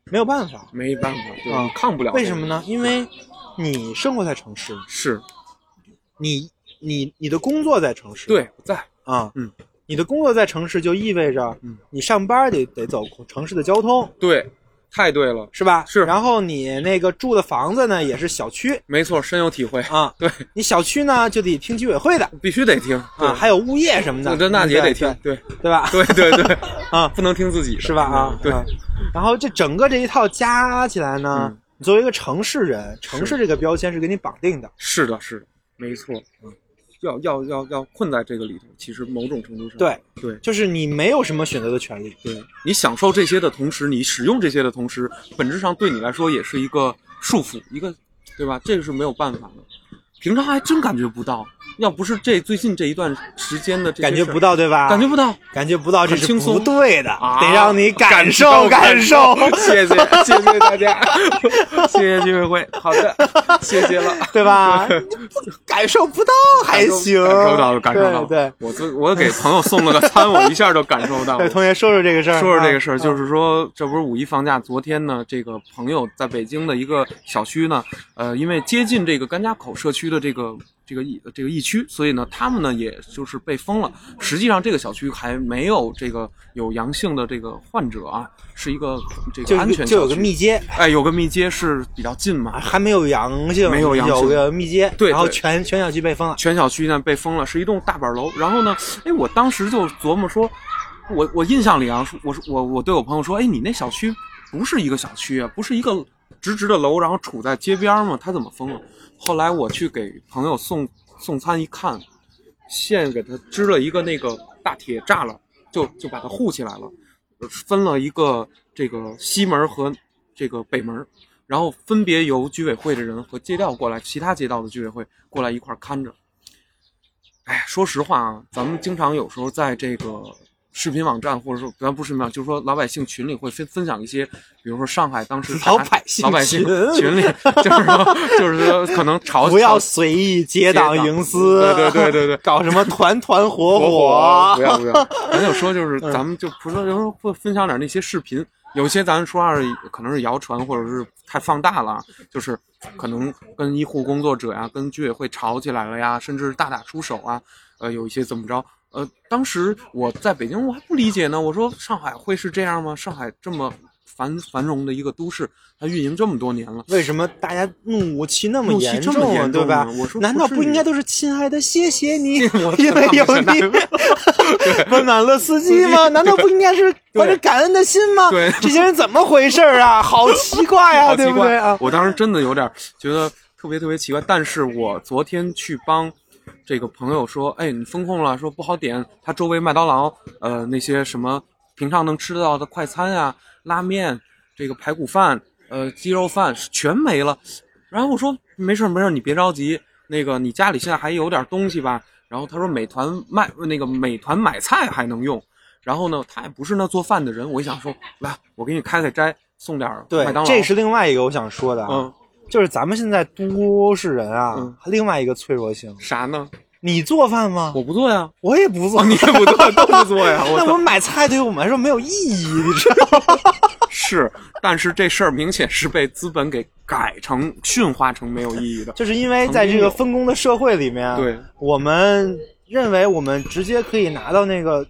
[SPEAKER 2] 没有办法。
[SPEAKER 3] 没办法，对
[SPEAKER 2] 啊
[SPEAKER 3] 你抗不了。
[SPEAKER 2] 为什么？呢？因为你生活在城市，
[SPEAKER 3] 是
[SPEAKER 2] 你你你的工作在城市，
[SPEAKER 3] 对不在，
[SPEAKER 2] 啊，
[SPEAKER 3] 嗯，
[SPEAKER 2] 你的工作在城市就意味着
[SPEAKER 3] 嗯，
[SPEAKER 2] 你上班得得走城市的交通，
[SPEAKER 3] 对，太对了，
[SPEAKER 2] 是吧？
[SPEAKER 3] 是
[SPEAKER 2] 然后你那个住的房子呢，也是小区
[SPEAKER 3] 没错，深有体会。
[SPEAKER 2] 啊，
[SPEAKER 3] 对，
[SPEAKER 2] 你小区呢就得听居委会的
[SPEAKER 3] 必须得听
[SPEAKER 2] 啊，还有物业什么
[SPEAKER 3] 那
[SPEAKER 2] 的，
[SPEAKER 3] 这那也得听，对
[SPEAKER 2] 对，对吧？
[SPEAKER 3] 对对对，
[SPEAKER 2] 啊，
[SPEAKER 3] 不能听自己的
[SPEAKER 2] 是吧？啊
[SPEAKER 3] 嗯，对
[SPEAKER 2] 啊然后这整个这一套加起来呢，
[SPEAKER 3] 嗯
[SPEAKER 2] 你作为一个城市人，城市这个标签是给你绑定的，
[SPEAKER 3] 是的，是的，没错，嗯，要要要要困在这个里头，其实某种程度上，
[SPEAKER 2] 对
[SPEAKER 3] 对
[SPEAKER 2] 就是你没有什么选择的权利。
[SPEAKER 3] 对，你享受这些的同时，你使用这些的同时，本质上对你来说也是一个束缚，一个对吧？这个是没有办法的，平常还真感觉不到，要不是这最近这一段时间的这些
[SPEAKER 2] 感觉
[SPEAKER 3] 事儿
[SPEAKER 2] 不，到啊对吧？
[SPEAKER 3] 感觉不到。
[SPEAKER 2] 感觉不到，这
[SPEAKER 3] 很
[SPEAKER 2] 是
[SPEAKER 3] 轻松
[SPEAKER 2] 不对的，
[SPEAKER 3] 啊
[SPEAKER 2] 得让你感受
[SPEAKER 3] 感
[SPEAKER 2] 受。
[SPEAKER 3] 谢谢谢谢大家， 谢谢居委会，好的，谢谢了。
[SPEAKER 2] 对吧？你不感受不到还行，
[SPEAKER 3] 感受到了，感受到了。
[SPEAKER 2] 对
[SPEAKER 3] 我自我给朋友送了个餐，我一下就感受到
[SPEAKER 2] 对，对，
[SPEAKER 3] 了。
[SPEAKER 2] 同学说说这个事儿，
[SPEAKER 3] 说说这个事儿，
[SPEAKER 2] 啊
[SPEAKER 3] 就是说，这不是五一放假，昨天呢，这个朋友在北京的一个小区呢，呃，因为接近这个甘家口社区的这个这个疫这个疫区，所以呢，他们呢也就是被封了。实际上，这个小区还没有这个有阳性的这个患者啊，是一个这
[SPEAKER 2] 就
[SPEAKER 3] 个安全
[SPEAKER 2] 就有
[SPEAKER 3] 小
[SPEAKER 2] 个
[SPEAKER 3] 区。
[SPEAKER 2] 密接，
[SPEAKER 3] 哎，有个密接是比较近嘛，
[SPEAKER 2] 还没有阳性，
[SPEAKER 3] 没有阳性
[SPEAKER 2] 有个密接，
[SPEAKER 3] 对
[SPEAKER 2] 然后
[SPEAKER 3] 对
[SPEAKER 2] 全全小区被封了，
[SPEAKER 3] 全小区呢被封了，是一栋大板楼。然后呢，哎，我当时就琢磨说，我我印象里啊，说我说我我对我朋友说，哎，你那小区不是一个小区啊，不是一个直直的楼，然后处在街边儿嘛，它怎么封了？后来我去给朋友送送餐一看，现给它支了一个那个大铁栅栏，就就把它护起来了，分了一个这个西门和这个北门。然后分别由居委会的人和街道过来，其他街道的居委会过来一块儿看着。哎，说实话啊，咱们经常有时候在这个视频网站，或者说咱不是视频网站，就是说老百姓群里会分分享一些，比如说上海当时
[SPEAKER 2] 老百姓
[SPEAKER 3] 老百姓
[SPEAKER 2] 群
[SPEAKER 3] 群里，就是说就是说可能吵
[SPEAKER 2] 不要随意结党营私，
[SPEAKER 3] 对对对对对
[SPEAKER 2] 搞什么团团伙
[SPEAKER 3] 火嗯
[SPEAKER 2] 伙，
[SPEAKER 3] 不要不 要。咱就说就是咱们就不说，有时候会分享点那些视频，有些咱说二可能是谣传，或者是太放大了，就是可能跟医护工作者呀、跟居委会吵起来了呀，甚至大打出手啊，呃，有一些怎么着。呃，当时我在北京，我还不理解呢。我说上海会是这样吗？上海这么繁繁荣的一个都市，它运营这么多年了，
[SPEAKER 2] 为什么大家怒我气那么
[SPEAKER 3] 怒气
[SPEAKER 2] 严
[SPEAKER 3] 这
[SPEAKER 2] 重
[SPEAKER 3] 么
[SPEAKER 2] 啊？
[SPEAKER 3] 严
[SPEAKER 2] 对
[SPEAKER 3] 重
[SPEAKER 2] 吧
[SPEAKER 3] 呢？我说
[SPEAKER 2] 难道
[SPEAKER 3] 不
[SPEAKER 2] 不
[SPEAKER 3] 至
[SPEAKER 2] 应
[SPEAKER 3] 于
[SPEAKER 2] 该都是亲爱的，谢谢你，
[SPEAKER 3] 我
[SPEAKER 2] 因为有你温暖了司机吗？难道不应该是怀着感恩的心吗？
[SPEAKER 3] 对
[SPEAKER 2] 这些人怎么回事儿 啊？好奇怪啊，
[SPEAKER 3] 好
[SPEAKER 2] 对
[SPEAKER 3] 奇
[SPEAKER 2] 不
[SPEAKER 3] 怪
[SPEAKER 2] 对啊？
[SPEAKER 3] 我当时真的有点觉得特别特别奇怪，但是我昨天去帮这个朋友说，哎，你风控了，说不好点，他周围麦当劳，呃，那些什么平常能吃到的快餐呀、拉面、这个排骨饭、呃，鸡肉饭全没了。然后我说没事儿没事儿，你别着急，那个你家里现在还有点东西吧？然后他说美团卖那个美团买菜还能用。然后呢，他也不是那做饭的人，我一想说，来，我给你开开斋，送点儿
[SPEAKER 2] 对
[SPEAKER 3] 麦当，劳。啊
[SPEAKER 2] 这是另外一个我想说的，啊，
[SPEAKER 3] 嗯，
[SPEAKER 2] 就是咱们现在都市人啊
[SPEAKER 3] 嗯，另
[SPEAKER 2] 另外一个脆弱性，
[SPEAKER 3] 啥呢？
[SPEAKER 2] 你做饭吗？
[SPEAKER 3] 我不做呀，
[SPEAKER 2] 我也不做
[SPEAKER 3] 哦，， 你也不做，都不做呀。我
[SPEAKER 2] 那我
[SPEAKER 3] 操，
[SPEAKER 2] 们买菜对于我们来说没有意义，你知 道吗？
[SPEAKER 3] 是，但是这事儿明显是被资本给改成驯化成没有意义的。
[SPEAKER 2] 就是因为在这个分工的社会里面，
[SPEAKER 3] 对，
[SPEAKER 2] 我们认为我们直接可以拿到那个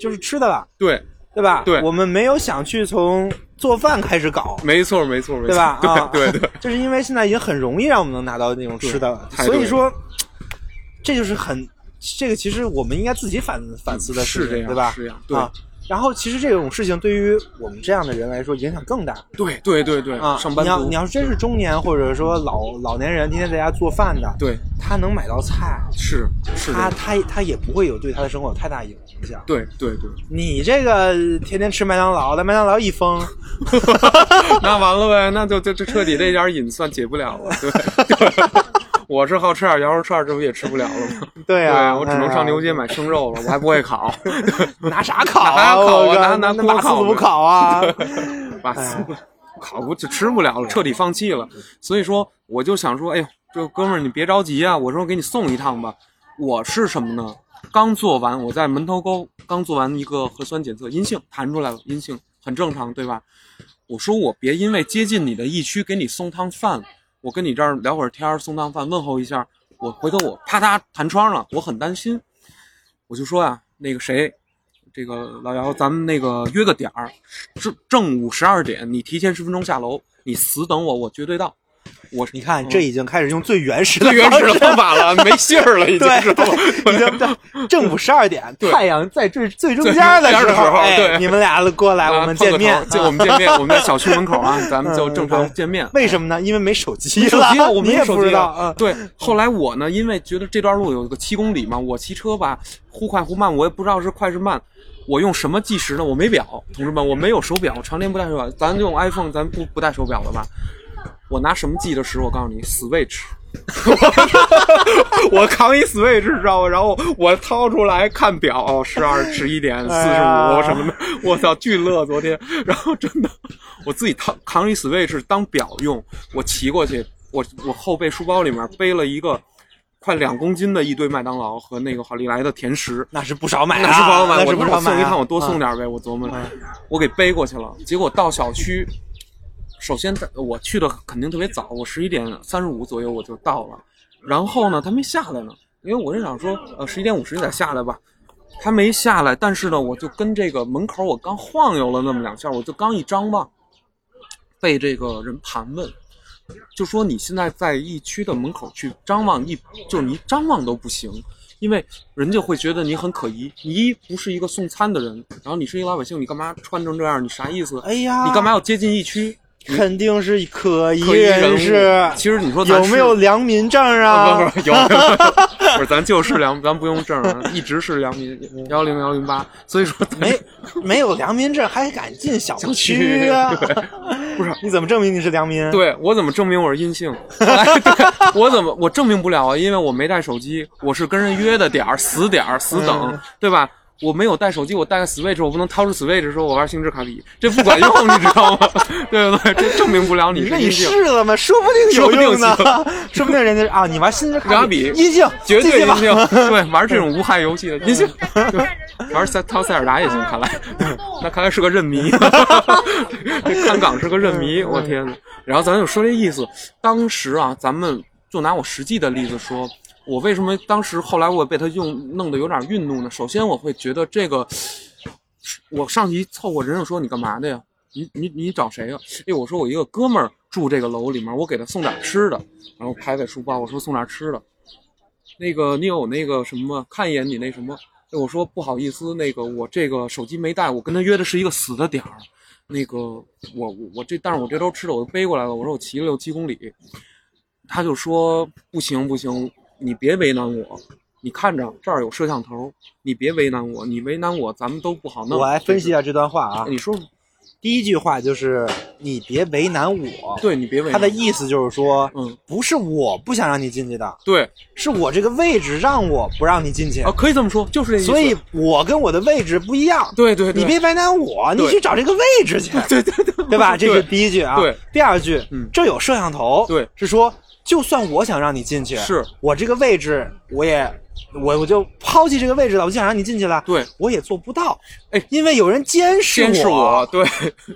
[SPEAKER 2] 就是吃的了，
[SPEAKER 3] 对，
[SPEAKER 2] 对吧？
[SPEAKER 3] 对
[SPEAKER 2] 我们没有想去从做饭开始搞，
[SPEAKER 3] 没错，没错，没错，
[SPEAKER 2] 对吧？啊，
[SPEAKER 3] 对对对，
[SPEAKER 2] 就是因为现在已经很容易让我们能拿到那种吃的了，
[SPEAKER 3] 对太对
[SPEAKER 2] 所
[SPEAKER 3] 了
[SPEAKER 2] 以说这就是很这个其实我们应该自己反反思的事
[SPEAKER 3] 是这
[SPEAKER 2] 情，
[SPEAKER 3] 样
[SPEAKER 2] 对吧？
[SPEAKER 3] 是这样对
[SPEAKER 2] 啊。然后其实这种事情对于我们这样的人来说影响更大
[SPEAKER 3] 对对对对，
[SPEAKER 2] 啊！
[SPEAKER 3] 上班
[SPEAKER 2] 你要
[SPEAKER 3] 族
[SPEAKER 2] 你，要真是中年或者说老老年人天天在家做饭的，
[SPEAKER 3] 对，
[SPEAKER 2] 他能买到菜，
[SPEAKER 3] 是是这
[SPEAKER 2] 他
[SPEAKER 3] 样，
[SPEAKER 2] 他他也不会有对他的生活有太大影响。
[SPEAKER 3] 对对对，
[SPEAKER 2] 你这个天天吃麦当劳，那麦当劳一封，
[SPEAKER 3] 那完了呗，那就就就彻底这点瘾算解不了了。对， 我是好吃点羊肉串，这不也吃不了了吗？
[SPEAKER 2] 对啊，
[SPEAKER 3] 我只能上牛街买生肉了，我还不 会烤，
[SPEAKER 2] 哎呀，拿啥烤啊？
[SPEAKER 3] 拿啥烤啊
[SPEAKER 2] 我靠
[SPEAKER 3] 拿拿
[SPEAKER 2] 那
[SPEAKER 3] 锅
[SPEAKER 2] 马
[SPEAKER 3] 烤
[SPEAKER 2] 斯不
[SPEAKER 3] 呗
[SPEAKER 2] 烤啊？
[SPEAKER 3] 把死烤不就吃不了了，彻底放弃了。所以说，我就想说，哎呦，这哥们儿你别着急啊，我说给你送一趟吧。我是什么呢？刚做完，我在门头沟刚做完一个核酸检测，阴性弹出来了，阴性很正常，对吧？我说我别因为接近你的疫区给你送趟饭，我跟你这儿聊会儿天儿，送趟饭问候一下。我回头我啪嗒弹窗了，我很担心。我就说呀、那个谁，这个老姚，咱们那个约个点儿，正正午十二点，你提前十分钟下楼，你死等我，我绝对到。我
[SPEAKER 2] 你看，这已经开始用最原始的
[SPEAKER 3] 嗯最原始的
[SPEAKER 2] 方式
[SPEAKER 3] 方法了，没信儿了，已经
[SPEAKER 2] 对
[SPEAKER 3] 是吧？
[SPEAKER 2] 已经对正午十二点，
[SPEAKER 3] 对
[SPEAKER 2] 太阳在最最中间儿的
[SPEAKER 3] 最中间儿的时候
[SPEAKER 2] 哎
[SPEAKER 3] 对
[SPEAKER 2] 你们俩过来，我们见面
[SPEAKER 3] 就
[SPEAKER 2] 啊
[SPEAKER 3] 我们见面，我们在小区门口啊，咱们就正常见面。
[SPEAKER 2] 为什么呢？因为没手机
[SPEAKER 3] 没手
[SPEAKER 2] 了，
[SPEAKER 3] 机啊，我
[SPEAKER 2] 你
[SPEAKER 3] 没
[SPEAKER 2] 也
[SPEAKER 3] 有手
[SPEAKER 2] 不
[SPEAKER 3] 机
[SPEAKER 2] 知道
[SPEAKER 3] 啊。
[SPEAKER 2] 啊。
[SPEAKER 3] 对，后来我呢，因为觉得这段路有个七公里嘛，我骑车吧，忽快忽慢，我也不知道是快是慢。我用什么计时呢？我没表，同志们，我没有手表，常年不戴手表。咱用 iPhone，咱不不戴手表了吧？我拿什么计的时？我告诉你，Switch。我 扛一 Switch，知道吗？然后我掏出来看表，哦十二十一点四
[SPEAKER 2] 哎
[SPEAKER 3] 十
[SPEAKER 2] 呀
[SPEAKER 3] 五什么的，我操，巨乐昨天。然后真的，我自己扛扛一 Switch 当表用，我骑过去，我我后背书包里面背了一个快两公斤的一堆麦当劳和那个好利来的甜食。
[SPEAKER 2] 那是不少买啊，
[SPEAKER 3] 那是不少买，
[SPEAKER 2] 那是
[SPEAKER 3] 我
[SPEAKER 2] 不
[SPEAKER 3] 说
[SPEAKER 2] 少
[SPEAKER 3] 我
[SPEAKER 2] 买啊。
[SPEAKER 3] 送一趟，我多
[SPEAKER 2] 啊
[SPEAKER 3] 送点儿呗。我琢磨着，我给背过去了。结果到小区，首先在我去的肯定特别早，我十一点三十五左右我就到了。然后呢，他没下来呢，因为我是想说，呃，十一点五十你再下来吧。他没下来，但是呢，我就跟这个门口我刚晃悠了那么两下，我就刚一张望，被这个人盘问，就说你现在在疫区的门口去张望一，就是你张望都不行，因为人家会觉得你很可疑，你一不是一个送餐的人，然后你是一个老百姓，你干嘛穿成这样？你啥意思？
[SPEAKER 2] 哎呀，
[SPEAKER 3] 你干嘛要接近疫区？
[SPEAKER 2] 肯定是可疑
[SPEAKER 3] 可疑人物
[SPEAKER 2] 是
[SPEAKER 3] 其实你说咱
[SPEAKER 2] 有没有
[SPEAKER 3] 是？
[SPEAKER 2] 良民证
[SPEAKER 3] 啊、不
[SPEAKER 2] 啊？
[SPEAKER 3] 不不有， 不是咱就是良，咱不用证儿，一直是良民幺零幺零八，所以说咱
[SPEAKER 2] 没没有良民证还敢进小区啊？
[SPEAKER 3] 不是
[SPEAKER 2] 你怎么证明你是良民？
[SPEAKER 3] 对我怎么证明我是阴性？ 哎对我怎么我证明不了啊？因为我没带手机，我是跟人约的点儿，死点儿死等，
[SPEAKER 2] 嗯
[SPEAKER 3] 对吧？我没有带手机，我带个 Switch，我不能掏出 Switch 说我玩星之卡比，这不管用，你知道吗？ 对不对？这证明不了你
[SPEAKER 2] 你
[SPEAKER 3] 是
[SPEAKER 2] 说
[SPEAKER 3] 阴
[SPEAKER 2] 你
[SPEAKER 3] 性。
[SPEAKER 2] 试了吗？说不定有用呢
[SPEAKER 3] 说不定，
[SPEAKER 2] 说不定人家啊，你玩新的
[SPEAKER 3] 卡比
[SPEAKER 2] 比阴性，
[SPEAKER 3] 绝
[SPEAKER 2] 进
[SPEAKER 3] 对
[SPEAKER 2] 去
[SPEAKER 3] 阴
[SPEAKER 2] 吧。
[SPEAKER 3] 性，对，玩这种无害游戏的阴性， 对玩塞 掏塞尔达也行，看来， 那看来是个认迷，这看港是个认迷，我天呐。然后咱就说这意思，当时啊，咱们就拿我实际的例子说，我为什么当时后来我被他用弄得有点愠怒呢？首先我会觉得这个，我上去一凑过人就说你干嘛的呀？你你你找谁呀、哎，我说我一个哥们儿住这个楼里面，我给他送点吃的，然后拍拍书包，我说送点吃的。那个你有那个什么，看一眼你那什么。哎我说不好意思，那个我这个手机没带，我跟他约的是一个死的点儿。那个我我我这，但是我这周吃的我都背过来了。我说我骑了六七公里，他就说不行不行，你别为难我，你看着这儿有摄像头，你别为难我，你为难我咱们都不好 弄。
[SPEAKER 2] 我来分析一
[SPEAKER 3] 这
[SPEAKER 2] 下这段话啊
[SPEAKER 3] 是，你说
[SPEAKER 2] 第一句话就是你别为难我，
[SPEAKER 3] 对，你别为
[SPEAKER 2] 他
[SPEAKER 3] 难
[SPEAKER 2] 的
[SPEAKER 3] 我。
[SPEAKER 2] 意思就是说，
[SPEAKER 3] 嗯，
[SPEAKER 2] 不是我不想让你进去的，
[SPEAKER 3] 对
[SPEAKER 2] 是我这个位置让我不让你进去
[SPEAKER 3] 啊，，可以这么说，就是这意思。
[SPEAKER 2] 所以我跟我的位置不一样，
[SPEAKER 3] 对对对，
[SPEAKER 2] 你别为难我，
[SPEAKER 3] 对
[SPEAKER 2] 你去找这个位置去，
[SPEAKER 3] 对对对
[SPEAKER 2] 对吧？这是
[SPEAKER 3] 对
[SPEAKER 2] 第一句啊。
[SPEAKER 3] 对。
[SPEAKER 2] 第二句
[SPEAKER 3] 嗯，
[SPEAKER 2] 这有摄像头，
[SPEAKER 3] 对
[SPEAKER 2] 是说就算我想让你进去，
[SPEAKER 3] 是
[SPEAKER 2] 我这个位置，我也我我就抛弃这个位置了，我就想让你进去了，
[SPEAKER 3] 对，
[SPEAKER 2] 我也做不到，
[SPEAKER 3] 哎，
[SPEAKER 2] 因为有人监视
[SPEAKER 3] 监视我，对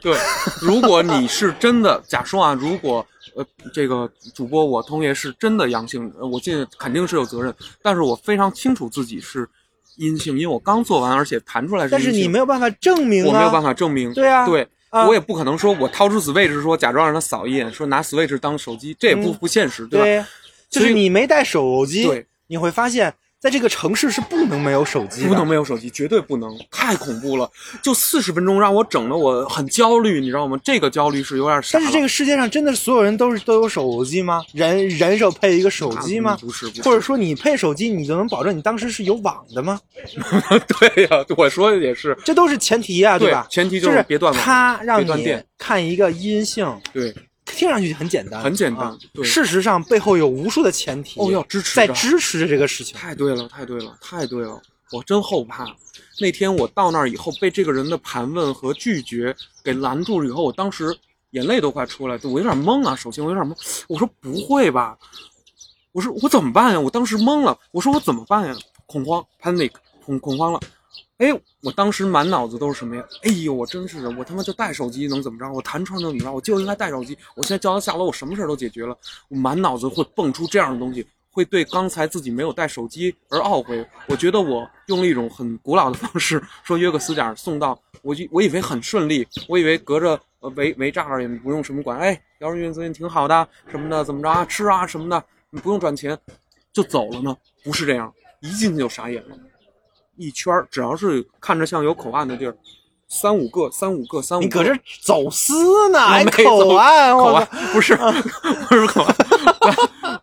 [SPEAKER 3] 对。如果你是真的，假说啊，如果呃这个主播我通爷是真的阳性，呃我进肯定是有责任，但是我非常清楚自己是阴性，因为我刚做完，而且弹出来是
[SPEAKER 2] 但
[SPEAKER 3] 阴性。
[SPEAKER 2] 是你没有办法证明啊，
[SPEAKER 3] 我没有办法证明。
[SPEAKER 2] 对啊
[SPEAKER 3] 对。
[SPEAKER 2] 啊
[SPEAKER 3] 我也不可能说，我掏出 Switch 说假装让他扫一眼，说拿 Switch 当手机，这也不、
[SPEAKER 2] 嗯
[SPEAKER 3] 不现实，吧？
[SPEAKER 2] 对，就
[SPEAKER 3] 所
[SPEAKER 2] 是
[SPEAKER 3] 以
[SPEAKER 2] 你没带手机
[SPEAKER 3] 对，
[SPEAKER 2] 你会发现在这个城市是不能没有手机的，
[SPEAKER 3] 不能没有手机，绝对不能，太恐怖了！就四十分钟让我整的我很焦虑，你知道吗？这个焦虑是有点傻
[SPEAKER 2] 但
[SPEAKER 3] 了。
[SPEAKER 2] 是这个世界上真的所有人都是都有手机吗？人人手配一个手机吗
[SPEAKER 3] 啊？不是，不是
[SPEAKER 2] 或者说你配手机，你就能保证你当时是有网的吗？
[SPEAKER 3] 对呀、我说的也是，
[SPEAKER 2] 这都是前提呀、
[SPEAKER 3] 啊对
[SPEAKER 2] 吧？
[SPEAKER 3] 前提
[SPEAKER 2] 就
[SPEAKER 3] 就是是别断网
[SPEAKER 2] 他让
[SPEAKER 3] 别断
[SPEAKER 2] 你
[SPEAKER 3] 电
[SPEAKER 2] 看一个阴性，
[SPEAKER 3] 对，
[SPEAKER 2] 听上去很简单，
[SPEAKER 3] 很简单
[SPEAKER 2] 啊
[SPEAKER 3] 对
[SPEAKER 2] 事实上背后有无数的前提，
[SPEAKER 3] 哦要支持
[SPEAKER 2] 在
[SPEAKER 3] 的
[SPEAKER 2] 支持着这个事情。
[SPEAKER 3] 太对了，太对了，太对了，我真后怕。那天我到那儿以后，被这个人的盘问和拒绝给拦住了以后，我当时眼泪都快出来，我有点懵啊，首先我有点懵，我说不会吧，我说我怎么办呀？我当时懵了，我说我怎么办呀？恐慌，panic，恐恐慌了。哎，我当时满脑子都是什么呀？哎呦，我真是的，我他妈就带手机能怎么着？我弹窗能怎么着？我就应该带手机。我现在叫他下楼，我什么事儿都解决了。我满脑子会蹦出这样的东西，会对刚才自己没有带手机而懊悔。我觉得我用了一种很古老的方式，说约个死点儿送到，我就我以为很顺利，我以为隔着呃围围栅栏也不用什么管，哎，姚仁运最近挺好的，什么的怎么着啊，吃啊什么的，你不用转钱就走了呢？不是这样，一进去就傻眼了。一圈儿，只要是看着像有口岸的地儿，三五个，三五个，三五个。
[SPEAKER 2] 你搁这走私呢，还
[SPEAKER 3] 嗯 没走
[SPEAKER 2] 口岸，
[SPEAKER 3] 口
[SPEAKER 2] 我
[SPEAKER 3] 岸
[SPEAKER 2] 操！
[SPEAKER 3] 不是
[SPEAKER 2] 嗯
[SPEAKER 3] 不是口岸。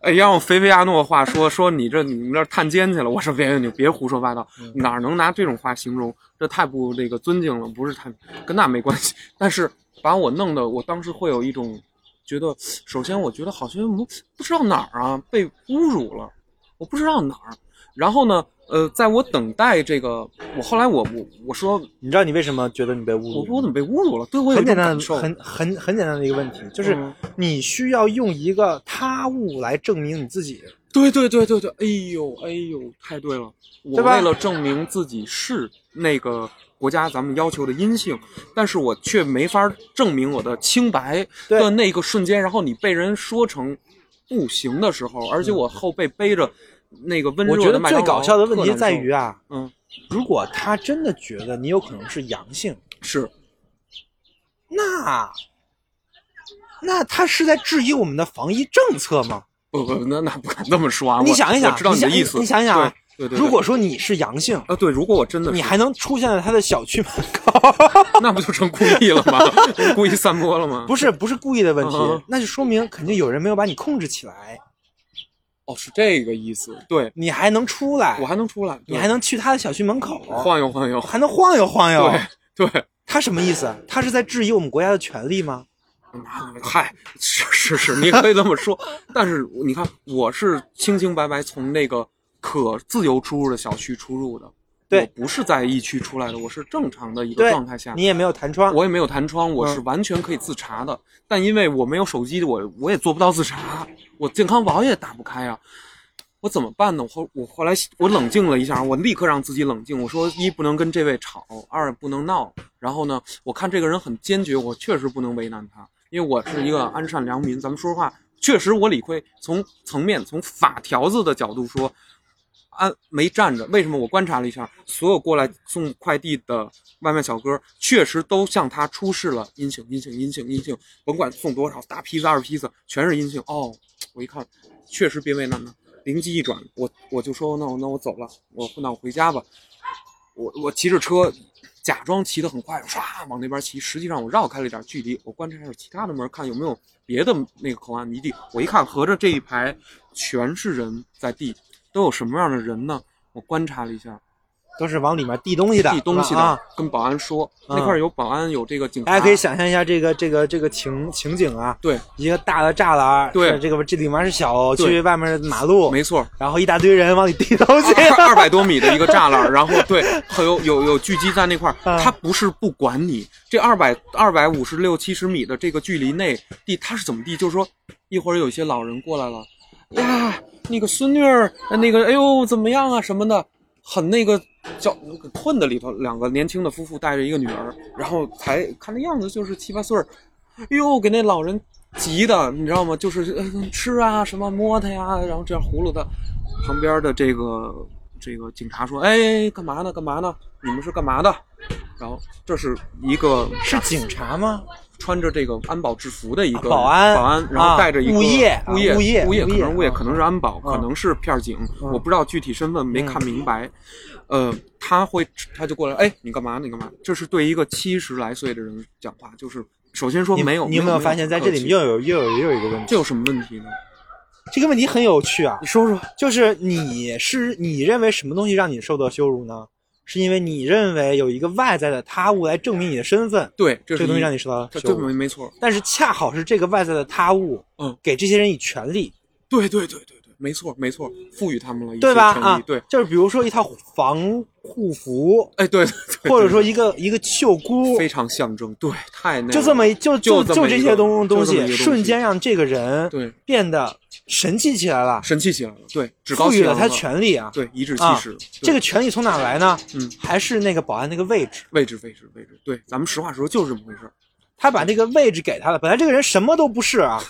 [SPEAKER 3] 哎，要用菲菲亚诺话说说你这你们这儿探监去了，我说别别你别胡说八道，
[SPEAKER 2] 嗯
[SPEAKER 3] 哪儿能拿这种话形容？这太不那个尊敬了，不是太跟那没关系。但是把我弄得，我当时会有一种觉得，首先我觉得好像不不知道哪儿啊被侮辱了，我不知道哪儿。然后呢，呃，在我等待这个，我后来我我我说
[SPEAKER 2] 你知道你为什么觉得你被侮
[SPEAKER 3] 我
[SPEAKER 2] 辱吗？
[SPEAKER 3] 我怎么被侮辱了？对我有
[SPEAKER 2] 很
[SPEAKER 3] 一种
[SPEAKER 2] 简单
[SPEAKER 3] 感
[SPEAKER 2] 的，
[SPEAKER 3] 受，
[SPEAKER 2] 很很很简单的一个问题，就是
[SPEAKER 3] 嗯
[SPEAKER 2] 你需要用一个他物来证明你自己。
[SPEAKER 3] 对对对对对，哎呦哎呦，太对了！我
[SPEAKER 2] 对吧
[SPEAKER 3] 为了证明自己是那个国家咱们要求的阴性，但是我却没法证明我的清白
[SPEAKER 2] 对
[SPEAKER 3] 的那个瞬间，然后你被人说成不行的时候，而且我后背背着那个温
[SPEAKER 2] 嗯我
[SPEAKER 3] 热
[SPEAKER 2] 觉得
[SPEAKER 3] 的麦
[SPEAKER 2] 最
[SPEAKER 3] 当劳，
[SPEAKER 2] 搞笑的问题在于
[SPEAKER 3] 啊，
[SPEAKER 2] 啊，
[SPEAKER 3] 嗯，
[SPEAKER 2] 如果他真的觉得你有可能是阳性，
[SPEAKER 3] 是
[SPEAKER 2] 那那他是在质疑我们的防疫政策吗？
[SPEAKER 3] 不不，那那不敢这么说啊！
[SPEAKER 2] 你
[SPEAKER 3] 我
[SPEAKER 2] 想一想，
[SPEAKER 3] 我知道
[SPEAKER 2] 你
[SPEAKER 3] 你的
[SPEAKER 2] 想
[SPEAKER 3] 意思，
[SPEAKER 2] 你想一想啊
[SPEAKER 3] 对，对对对
[SPEAKER 2] 如果说你是阳性，
[SPEAKER 3] 啊，对，如果我真的是
[SPEAKER 2] 你还能出现在他的小区门口，
[SPEAKER 3] 那不就成故意了吗？故意散播了吗？
[SPEAKER 2] 不是不是故意的问题
[SPEAKER 3] 嗯嗯，
[SPEAKER 2] 那就说明肯定有人没有把你控制起来，
[SPEAKER 3] 哦，是这个意思。对，
[SPEAKER 2] 你还能出来
[SPEAKER 3] 我，还能出来，对哦
[SPEAKER 2] 你还能去他的小区门口，
[SPEAKER 3] 晃悠晃悠。
[SPEAKER 2] 还能晃悠晃悠。
[SPEAKER 3] 对对，
[SPEAKER 2] 他什么意思？啊他是在质疑我们国家的权利吗？
[SPEAKER 3] 妈的嗨， 是是是，你可以这么说。 但是你看，我是清清白白从那个可自由出入的小区出入的，
[SPEAKER 2] 对
[SPEAKER 3] 我不是在疫区出来的，我是正常的一个
[SPEAKER 2] 对
[SPEAKER 3] 状态下，
[SPEAKER 2] 你也没有弹窗，
[SPEAKER 3] 我也没有弹窗，我
[SPEAKER 2] 嗯
[SPEAKER 3] 是完全可以自查的。但因为我没有手机，我我也做不到自查，我健康宝也打不开啊。我怎么办呢？我后我后来我冷静了一下，我立刻让自己冷静。我说一不能跟这位吵，二不能闹。然后呢，我看这个人很坚决，我确实不能为难他，因为我是一个安善良民。咱们说话，确实我理亏。从层面，从法条子的角度说，安啊没站着。为什么？我观察了一下，所有过来送快递的外卖小哥，确实都向他出示了阴性、阴性、阴性、阴性，甭管送多少大批次、二批次，全是阴性。哦，我一看，确实别为难他。灵机一转，我我就说，那我那我走了，我那我回家吧。我我骑着车，假装骑得很快，唰往那边骑，实际上我绕开了一点距离。我观察一下其他的门，看有没有别的那个口岸迷地。我一看，合着这一排全是人在地，都有什么样的人呢？我观察了一下，
[SPEAKER 2] 都是往里面递东西的，
[SPEAKER 3] 递东西
[SPEAKER 2] 是吧啊
[SPEAKER 3] 的，跟保安说、
[SPEAKER 2] 嗯
[SPEAKER 3] 那块儿有保安，有这个警察。
[SPEAKER 2] 大家可以想象一下这个这个这个情情景啊，
[SPEAKER 3] 对，
[SPEAKER 2] 一个大的栅栏，
[SPEAKER 3] 对
[SPEAKER 2] 是这个这里面是小区，
[SPEAKER 3] 对
[SPEAKER 2] 外面是马路，
[SPEAKER 3] 没 错，
[SPEAKER 2] 然后一大堆人往里递东西，
[SPEAKER 3] 二二百多米的一个栅栏，然后对，还有有有聚集在那块儿，
[SPEAKER 2] 嗯
[SPEAKER 3] 他不是不管你，这二百二百五十六七十米的这个距离内地，他是怎么地？就是说，一会儿有一些老人过来了，呀，那个孙女儿，呃那个哎呦怎么样啊什么的，很那个叫困的里头，两个年轻的夫妇带着一个女儿，然后才看那样子就是七八岁儿，哎呦给那老人急的，你知道吗？就是、呃吃啊什么摸他呀，然后这样葫芦他。旁边的这个这个警察说：“哎，干嘛呢？干嘛呢？你们是干嘛的？”然后这是一个
[SPEAKER 2] 是警察吗？
[SPEAKER 3] 穿着这个安保制服的一
[SPEAKER 2] 啊
[SPEAKER 3] 个
[SPEAKER 2] 保安
[SPEAKER 3] 保安，然
[SPEAKER 2] 啊
[SPEAKER 3] 后带着一个
[SPEAKER 2] 物业啊
[SPEAKER 3] 物业，
[SPEAKER 2] 物业
[SPEAKER 3] 物
[SPEAKER 2] 物
[SPEAKER 3] 可
[SPEAKER 2] 业
[SPEAKER 3] 能是物业，
[SPEAKER 2] 啊
[SPEAKER 3] 可能是安保，
[SPEAKER 2] 啊
[SPEAKER 3] 可能是片儿警，
[SPEAKER 2] 嗯
[SPEAKER 3] 我不知道具体身份，没看明白。呃，他会，他就过来，哎，你干嘛？你干嘛？这是对一个七十来岁的人讲话，就是首先说
[SPEAKER 2] 你
[SPEAKER 3] 没有，
[SPEAKER 2] 你有没有发现在这里面
[SPEAKER 3] 面
[SPEAKER 2] 又有又有又有一个问题？
[SPEAKER 3] 这有什么问题呢？
[SPEAKER 2] 这个问题很有趣啊
[SPEAKER 3] 你，说说，
[SPEAKER 2] 就是你是你认为什么东西让你受到羞辱呢？是因为你认为有一个外在的他物来证明你的身份，
[SPEAKER 3] 对，
[SPEAKER 2] 这
[SPEAKER 3] 这是
[SPEAKER 2] 个东西让
[SPEAKER 3] 你，
[SPEAKER 2] 你受到
[SPEAKER 3] 这
[SPEAKER 2] 羞
[SPEAKER 3] 这
[SPEAKER 2] 辱
[SPEAKER 3] 没。没错，
[SPEAKER 2] 但是恰好是这个外在的他物，
[SPEAKER 3] 嗯，
[SPEAKER 2] 给这些人以权利，
[SPEAKER 3] 对对对对对，没错没错，赋予他们了一些
[SPEAKER 2] 对吧？
[SPEAKER 3] 权利
[SPEAKER 2] 啊，
[SPEAKER 3] 对，
[SPEAKER 2] 就是比如说一套防护服，
[SPEAKER 3] 哎对，对对
[SPEAKER 2] 或者说
[SPEAKER 3] 对
[SPEAKER 2] 一个一个袖箍，
[SPEAKER 3] 非常象征，对，太那
[SPEAKER 2] 就
[SPEAKER 3] 个
[SPEAKER 2] 这么一就
[SPEAKER 3] 就
[SPEAKER 2] 就
[SPEAKER 3] 这么一
[SPEAKER 2] 这
[SPEAKER 3] 个
[SPEAKER 2] 些东
[SPEAKER 3] 就
[SPEAKER 2] 东
[SPEAKER 3] 这么一
[SPEAKER 2] 西，
[SPEAKER 3] 个东西
[SPEAKER 2] 瞬间让这个人
[SPEAKER 3] 对
[SPEAKER 2] 变得神气起来了，
[SPEAKER 3] 神气起来了，对，趾高
[SPEAKER 2] 赋
[SPEAKER 3] 气
[SPEAKER 2] 予
[SPEAKER 3] 扬
[SPEAKER 2] 了他
[SPEAKER 3] 了，
[SPEAKER 2] 权利啊。
[SPEAKER 3] 对，颐指气
[SPEAKER 2] 啊
[SPEAKER 3] 使。对
[SPEAKER 2] 这个权利从哪来呢？
[SPEAKER 3] 嗯，
[SPEAKER 2] 还是那个保安那个位置，
[SPEAKER 3] 位置，位置，位置，对，咱们实话实说就是这么回事儿，
[SPEAKER 2] 他把这个位置给他了。本来这个人什么都不是 啊，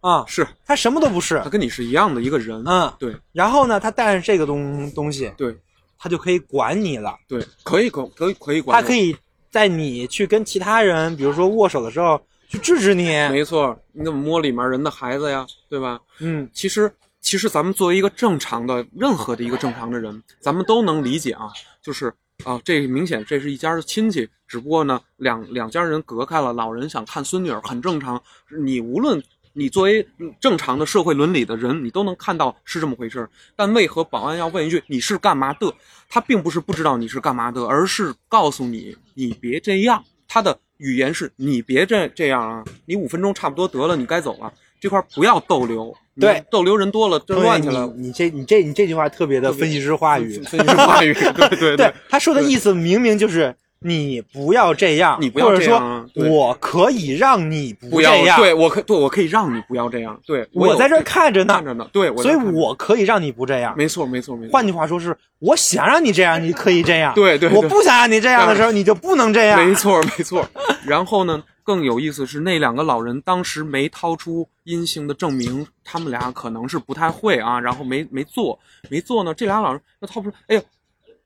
[SPEAKER 2] 啊，
[SPEAKER 3] 是
[SPEAKER 2] 他什么都不是
[SPEAKER 3] 他，跟你是一样的一个人，
[SPEAKER 2] 嗯。
[SPEAKER 3] 对
[SPEAKER 2] 然后呢，他带上这个东东西，
[SPEAKER 3] 对
[SPEAKER 2] 他就可以管你了。
[SPEAKER 3] 对，可以可可以可以管
[SPEAKER 2] 他
[SPEAKER 3] 我，
[SPEAKER 2] 可以在你去跟其他人，比如说握手的时候，去制止你。
[SPEAKER 3] 没错，你怎么摸里面人的孩子呀，对吧？
[SPEAKER 2] 嗯，
[SPEAKER 3] 其实，其实咱们作为一个正常的任何的一个正常的人，咱们都能理解啊，就是啊，这明显这是一家的亲戚，只不过呢，两两家人隔开了，老人想看孙女儿很正常。你无论你作为正常的社会伦理的人，你都能看到是这么回事儿。但为何保安要问一句你是干嘛的？他并不是不知道你是干嘛的，而是告诉你你别这样。他的语言是你别这这样啊，你五分钟差不多得了，你该走了，这块儿不要逗留。你
[SPEAKER 2] 对
[SPEAKER 3] 逗留人多了就
[SPEAKER 2] 对
[SPEAKER 3] 乱起
[SPEAKER 2] 你
[SPEAKER 3] 来了。
[SPEAKER 2] 你这你这你这句话特别的
[SPEAKER 3] 特别
[SPEAKER 2] 分析师话语
[SPEAKER 3] 分，分析话语，对 对
[SPEAKER 2] 对，他说的意思明明就是你不要这样，
[SPEAKER 3] 你不要
[SPEAKER 2] 或者
[SPEAKER 3] 这样啊
[SPEAKER 2] 说
[SPEAKER 3] 对
[SPEAKER 2] 我可以让你
[SPEAKER 3] 不
[SPEAKER 2] 不
[SPEAKER 3] 要
[SPEAKER 2] 这样，
[SPEAKER 3] 对我可对我可以让你不要这样，对
[SPEAKER 2] 我
[SPEAKER 3] 有
[SPEAKER 2] 在这儿看着呢
[SPEAKER 3] 看，着呢，对我在
[SPEAKER 2] 所以
[SPEAKER 3] 看着
[SPEAKER 2] 我可以让你不这样。
[SPEAKER 3] 没错没错没错，
[SPEAKER 2] 换句话说是，我想让你这样，你可以这样；
[SPEAKER 3] 对对对嗯
[SPEAKER 2] 我不想让你这样的时候，你就不能这样。
[SPEAKER 3] 没错没错。然后呢，更有意思是那两个老人当时没掏出阴性的证明，他们俩可能是不太会啊，然后没没做没做呢，这俩老人又掏不出，哎呦，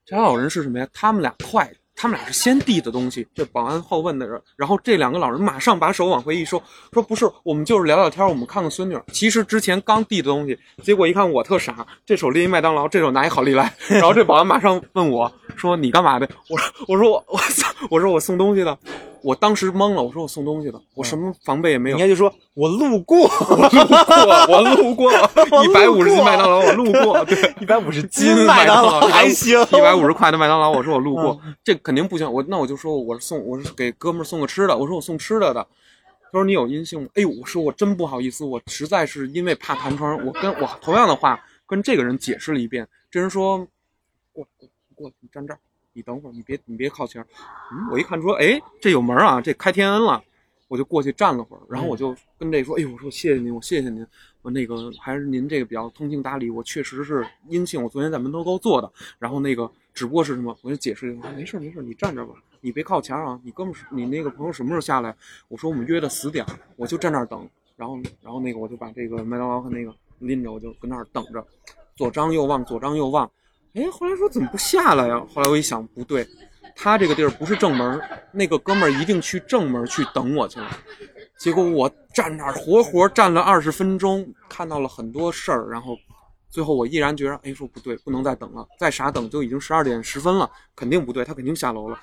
[SPEAKER 3] 这俩老人是什么呀？他们俩快他们俩是先递的东西，这保安后问的人，然后这两个老人马上把手往回一收，说不是，我们就是聊聊天，我们看看孙女儿。其实之前刚递的东西，结果一看我特傻，这手拎一麦当劳，这手拿一好利来，然后这保安马上问我说你干嘛的？我说我说我我操我说我送东西的，我当时懵了，我说我送东西的，我什么防备也没有
[SPEAKER 2] 应，该就说我路过
[SPEAKER 3] 路过，我路过
[SPEAKER 2] 我
[SPEAKER 3] 一
[SPEAKER 2] 路
[SPEAKER 3] 百五十斤
[SPEAKER 2] 过
[SPEAKER 3] 麦当劳，我路过，对，
[SPEAKER 2] 一百五十
[SPEAKER 3] 斤
[SPEAKER 2] 斤麦当劳还行，嗯
[SPEAKER 3] 一百五十块的麦当劳，我说我路过，这肯定不行，我那我就说我是送我是给哥们儿送个吃的，我说我送吃的的。他说你有阴性吗？哎呦，我说我真不好意思，我实在是因为怕弹窗，我跟我同样的话跟这个人解释了一遍，这人说，我我过去你站这儿，你等会儿，你别你别靠前儿。嗯，我一看说，哎，这有门儿啊，这开天恩了，我就过去站了会儿，然后
[SPEAKER 2] 嗯
[SPEAKER 3] 我就跟这说，哎呦，我说谢谢您，我谢谢您，我那个还是您这个比较通情达理，我确实是阴性，我昨天在门头沟做的，然后那个只不过是什么，我就解释一下，没事儿没事儿，你站这儿吧，你别靠墙啊，你哥们儿你那个朋友什么时候下来？我说我们约的死点儿，我就站那儿等，然后然后那个我就把这个麦当劳和那个拎着，我就跟那儿等着，左张右望，左张右望，哎，后来说怎么不下来呀、后来我一想不对，他这个地儿不是正门儿，那个哥们儿一定去正门儿去等我去了。结果我站那儿活活站了二十分钟，看到了很多事儿，然后最后我毅然决然，哎，说不对，不能再等了，再傻等就已经十二点十分了，肯定不对，他肯定下楼了。